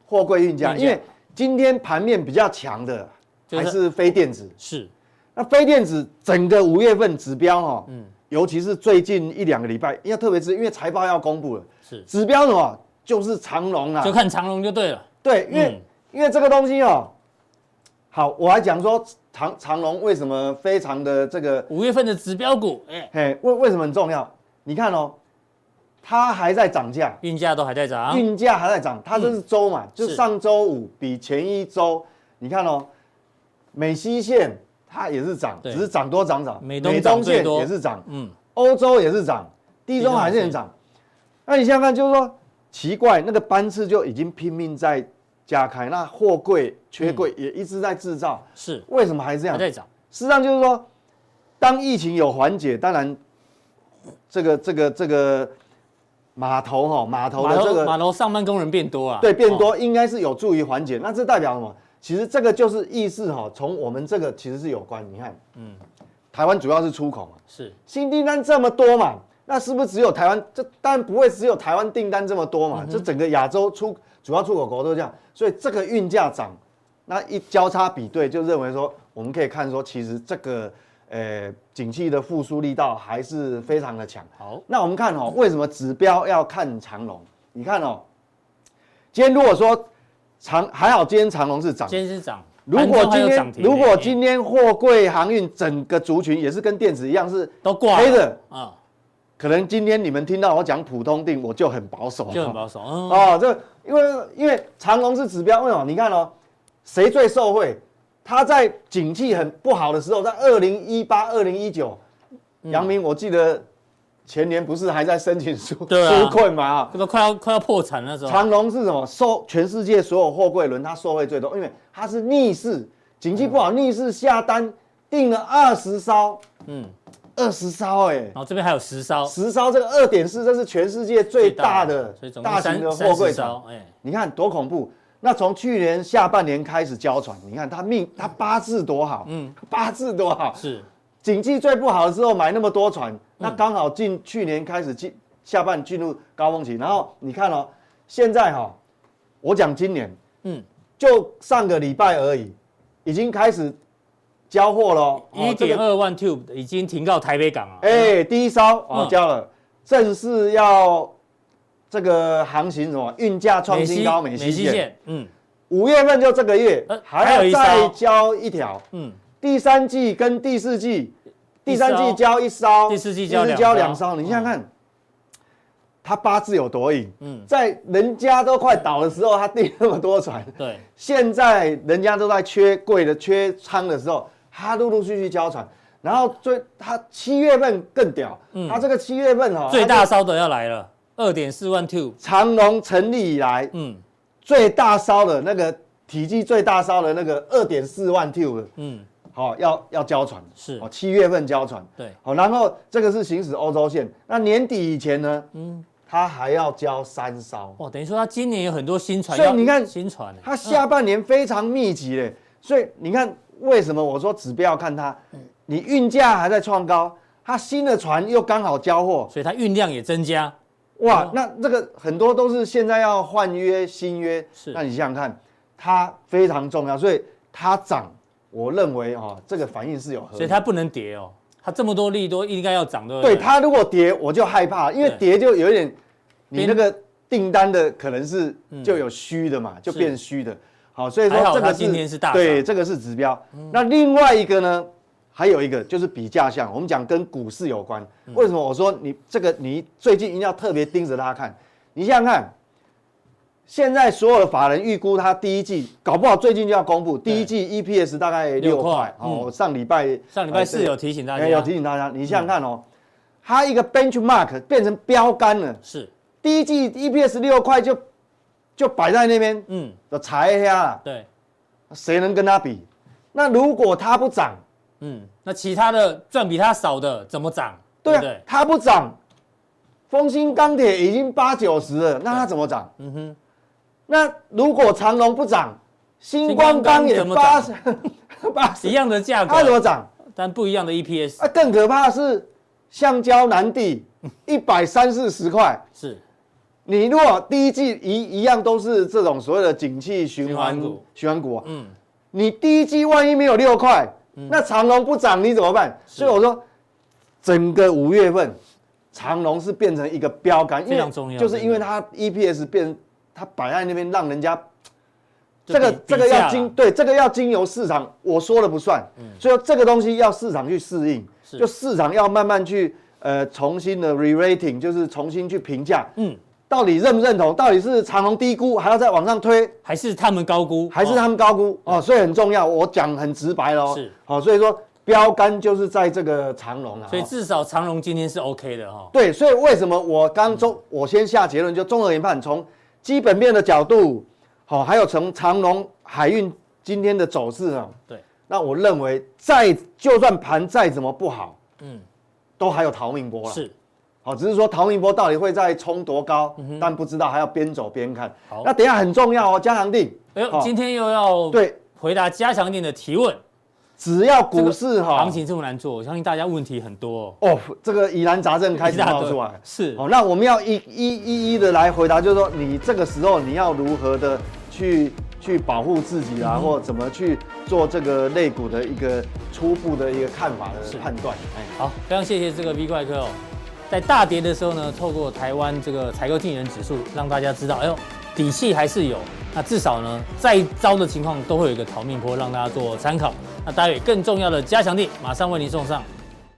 Speaker 3: 货柜运价，
Speaker 1: 运价
Speaker 3: 因为今天盘面比较强的
Speaker 1: 就是
Speaker 3: 还是非电子。
Speaker 1: 是
Speaker 3: 那非电子整个五月份指标哈、哦，
Speaker 1: 嗯
Speaker 3: 尤其是最近一两个礼拜，要特别是因为财报要公布了，
Speaker 1: 是，
Speaker 3: 指标什么就是长龙啊
Speaker 1: 就，看嗯长龙就对了。
Speaker 3: 对，因为、因为这个东西哦，好，我还讲说长长龙为什么非常的这个
Speaker 1: 五月份的指标股，哎，
Speaker 3: 嘿，为为什么很重要？你看哦，它还在涨价，
Speaker 1: 运价都还在涨，
Speaker 3: 运价还在涨，它这是周
Speaker 1: 嗯
Speaker 3: 嘛，就是是上周五比前一周，你看哦，美西线它也是涨，
Speaker 1: 对
Speaker 3: 只是涨多涨少，
Speaker 1: 美东涨最
Speaker 3: 线
Speaker 1: 多
Speaker 3: 也是涨，
Speaker 1: 嗯，
Speaker 3: 欧洲也是涨，地中海线也涨。那你想想看，就是说奇怪，那个班次就已经拼命在加开，那货柜缺柜
Speaker 1: 嗯
Speaker 3: 也一直在制造，
Speaker 1: 是
Speaker 3: 为什么还这样
Speaker 1: 还？在涨，
Speaker 3: 事实上就是说，当疫情有缓解，当然这个这个这个码头哈、码头
Speaker 1: 码
Speaker 3: 的这
Speaker 1: 头
Speaker 3: 个
Speaker 1: 码头上班工人变多啊，
Speaker 3: 对变
Speaker 1: 哦，
Speaker 3: 多，应该是有助于缓解。那这代表什么？其实这个就是意识哈，从我们这个其实是有关。你看，嗯，台湾主要是出口嘛，
Speaker 1: 是
Speaker 3: 新订单这么多嘛，那是不是只有台湾？这当然不会只有台湾订单这么多嘛，这整个亚洲出主要出口国都这样，所以这个运价涨，那一交叉比对，就认为说我们可以看说，其实这个呃景气的复苏力道还是非常的强。
Speaker 1: 好，
Speaker 3: 那我们看哦，为什么指标要看长龙？你看哦，今天如果说长还好，今天长龙是涨的，
Speaker 1: 今天是涨，
Speaker 3: 如果
Speaker 1: 盘中还
Speaker 3: 今
Speaker 1: 有涨停
Speaker 3: 天
Speaker 1: 欸嗯
Speaker 3: 如果
Speaker 1: 呢
Speaker 3: 今天货柜航运整个族群也是跟电子一样是
Speaker 1: 都挂了
Speaker 3: 黑的，
Speaker 1: 啊，
Speaker 3: 可能今天你们听到我讲普通定，我就很保守，
Speaker 1: 就很保守，嗯，
Speaker 3: 哦。这因为因为长隆是指标，为什么？你看哦，谁最受惠？它在景气很不好的时候，在二零一八、二零一九，
Speaker 1: 嗯
Speaker 3: 阳明我记得前年不是还在申请纾
Speaker 1: 对啊
Speaker 3: 纾困嘛啊？
Speaker 1: 这个快要快要破产那时候，
Speaker 3: 长龙是什么？受全世界所有货柜轮，它受惠最多，因为它是逆势，景气不好，逆势下单订了二十艘，
Speaker 1: 嗯，
Speaker 3: 二十艘哎、
Speaker 1: 然后这边还有十艘，
Speaker 3: 十艘这个二点四，这是全世界最大的
Speaker 1: 所以总
Speaker 3: 大
Speaker 1: 共
Speaker 3: 型
Speaker 1: 三
Speaker 3: 的
Speaker 1: 三
Speaker 3: 货
Speaker 1: 十
Speaker 3: 柜厂
Speaker 1: 艘，，哎，
Speaker 3: 你看多恐怖！那从去年下半年开始交船，你看它命它八字多好，嗯，八字多好，
Speaker 1: 是
Speaker 3: 景气最不好的时候买那么多船，那刚好进去年开始进下半进入高峰期，然后你看哦，现在哈、哦，我讲今年，
Speaker 1: 嗯
Speaker 3: 嗯，就上个礼拜而已，已经开始交货了哦，哦
Speaker 1: 一
Speaker 3: 这
Speaker 1: 点
Speaker 3: 个
Speaker 1: 二万 tube 已经停靠台北港了，
Speaker 3: 哎，第一艘哦
Speaker 1: 嗯
Speaker 3: 交了，正式要这个航行什么运价创新高美西线，，
Speaker 1: 嗯
Speaker 3: 五月份就这个月
Speaker 1: 呃还
Speaker 3: 还
Speaker 1: 有
Speaker 3: 要
Speaker 1: 一艘
Speaker 3: 再交一条，
Speaker 1: 嗯，
Speaker 3: 第三季跟第四季，
Speaker 1: 一
Speaker 3: 第
Speaker 1: 艘
Speaker 3: 三季交一艘，
Speaker 1: 第四季交
Speaker 3: 第
Speaker 1: 两艘嗯
Speaker 3: 四两艘，你想想看，他八字有多硬？
Speaker 1: 嗯
Speaker 3: 在人家都快倒的时候，他订那么多船，
Speaker 1: 对，
Speaker 3: 现在人家都在缺柜的、缺仓的时候，他陆陆续续交船，然后最他七月份更屌，他这个七月份哈、哦，
Speaker 1: 嗯最大
Speaker 3: 他就
Speaker 1: 艘的要来了，二点四万 tube，
Speaker 3: 长隆成立以来
Speaker 1: 嗯，
Speaker 3: 最大烧的那个体积最大烧的那个二点四万 tube，
Speaker 1: 嗯，
Speaker 3: 好、要要交船
Speaker 1: 是
Speaker 3: 哦，七月份交船，
Speaker 1: 对
Speaker 3: 好、然后这个是行驶欧洲线，那年底以前呢，嗯，它还要交三艘，
Speaker 1: 哇，等于说他今年有很多新船
Speaker 3: 所以
Speaker 1: 要，
Speaker 3: 你看
Speaker 1: 新船，欸
Speaker 3: 它下半年非常密集嘞，所以你看为什么我说指标要看它，
Speaker 1: 嗯
Speaker 3: 你运价还在创高，它新的船又刚好交货，
Speaker 1: 所以它运量也增加，哦
Speaker 3: 哇，那这个很多都是现在要换约新约，
Speaker 1: 是
Speaker 3: 那你想想看，它非常重要，所以它涨，我认为哈、哦，这个反应是有合理的，
Speaker 1: 所以它不能跌哦，它这么多利多应该要涨，对不
Speaker 3: 对它如果跌，我就害怕，因为
Speaker 1: 对
Speaker 3: 跌就有一点，你
Speaker 1: 变
Speaker 3: 那个订单的可能是就有虚的嘛，就变虚的。好，所以说
Speaker 1: 嗯还好
Speaker 3: 这
Speaker 1: 它
Speaker 3: 个
Speaker 1: 今天是大涨嗯
Speaker 3: 对，这个是指标。那另外一个呢，还有一个就是比价项，我们讲跟股市有关。
Speaker 1: 嗯
Speaker 3: 为什么我说你这个你最近一定要特别盯着它看？你想想看，现在所有的法人预估它第一季，搞不好最近就要公布第一季 EPS 大概
Speaker 1: 六
Speaker 3: 六块
Speaker 1: 块。嗯
Speaker 3: 哦，我上礼拜
Speaker 1: 上礼拜
Speaker 3: 呃
Speaker 1: 四有提醒大家，嗯
Speaker 3: 哎要提醒大家，你想想看哦，它一个 benchmark 变成标杆了，
Speaker 1: 是，
Speaker 3: 第一季 EPS 六块就就摆在那边，
Speaker 1: 嗯，
Speaker 3: 就踩一下啦，
Speaker 1: 对，
Speaker 3: 谁能跟它比？那如果它不涨，
Speaker 1: 嗯，那其他的赚比它少的怎么涨？
Speaker 3: 对
Speaker 1: 不
Speaker 3: 啊，它不涨，丰兴钢铁已经八九十了，那它
Speaker 1: 对
Speaker 3: 怎么涨？嗯哼，那如果长隆不涨，星光钢也
Speaker 1: 星光
Speaker 3: 八
Speaker 1: 钢
Speaker 3: 十 八
Speaker 1: 一
Speaker 3: 十，
Speaker 1: 样的价
Speaker 3: 它怎
Speaker 1: 格，
Speaker 3: 么涨？
Speaker 1: 但不一样的 E EPS，、
Speaker 3: 啊，更可怕的是橡胶南地一百三四十块。
Speaker 1: 是
Speaker 3: 你如果第一季一一样都是这种所谓的景气循环
Speaker 1: 循环股
Speaker 3: 循环股啊，
Speaker 1: 嗯
Speaker 3: 你第一季万一没有六块，那长隆不涨你怎么办？所以我说，整个五月份，长隆是变成一个标杆，因为
Speaker 1: 非常重要
Speaker 3: 就是因
Speaker 1: 真
Speaker 3: 为
Speaker 1: 的
Speaker 3: 它 EPS 变，它摆在那边让人家
Speaker 1: 就
Speaker 3: 这个
Speaker 1: 比
Speaker 3: 这个
Speaker 1: 比价
Speaker 3: 要经
Speaker 1: 啦
Speaker 3: 对这个要经由市场，我说了不算，所以这个东西要市场去适应，
Speaker 1: 是
Speaker 3: 就市场要慢慢去呃重新的 re-rating，就是重新去评价，
Speaker 1: 嗯，
Speaker 3: 到底认不认同？到底是长隆低估，还要再往上推，
Speaker 1: 还是他们高估，
Speaker 3: 还是他们高估？哦，所以很重要，我讲很直白喽。
Speaker 1: 是，
Speaker 3: 好、所以说标杆就是在这个长隆啊。
Speaker 1: 所以
Speaker 3: 哦
Speaker 1: 至少长荣今天是 OK 的哦哈、
Speaker 3: 对，所以为什么我刚
Speaker 1: 嗯
Speaker 3: 中，我先下结论，就综合研判，从基本面的角度，好、还有从长隆海运今天的走势啊，
Speaker 1: 对，
Speaker 3: 那我认为再就算盘再怎么不好，
Speaker 1: 嗯
Speaker 3: 嗯，都还有逃命波了。
Speaker 1: 是嗯
Speaker 3: 好，只是说唐宁波到底会再冲多高，但不知道，还要边走边看
Speaker 1: 好。
Speaker 3: 那等一下很重要哦，加强定。
Speaker 1: 哎呦，
Speaker 3: 哦
Speaker 1: 今天又要
Speaker 3: 对
Speaker 1: 回答加强店的提问。
Speaker 3: 只要股市哈、
Speaker 1: 行情这么难做，我相信大家问题很多、哦。
Speaker 3: 哦，这个疑难杂症开始冒出
Speaker 1: 一大堆
Speaker 3: 来。
Speaker 1: 是啊
Speaker 3: 哦，那我们要一一一一的来回答，就是说你这个时候你要如何的去去保护自己
Speaker 1: 嗯
Speaker 3: 啊，或怎么去做这个肋骨的一个初步的一个看法
Speaker 1: 是
Speaker 3: 的判断。哎，
Speaker 1: 好，非常谢谢这个 V 怪客哦，在大跌的时候呢，透过台湾这个采购经理人指数，让大家知道，哎呦，底气还是有。那至少呢，再糟的情况都会有一个逃命坡，让大家做参考。那待会更重要的加强力，马上为您送上。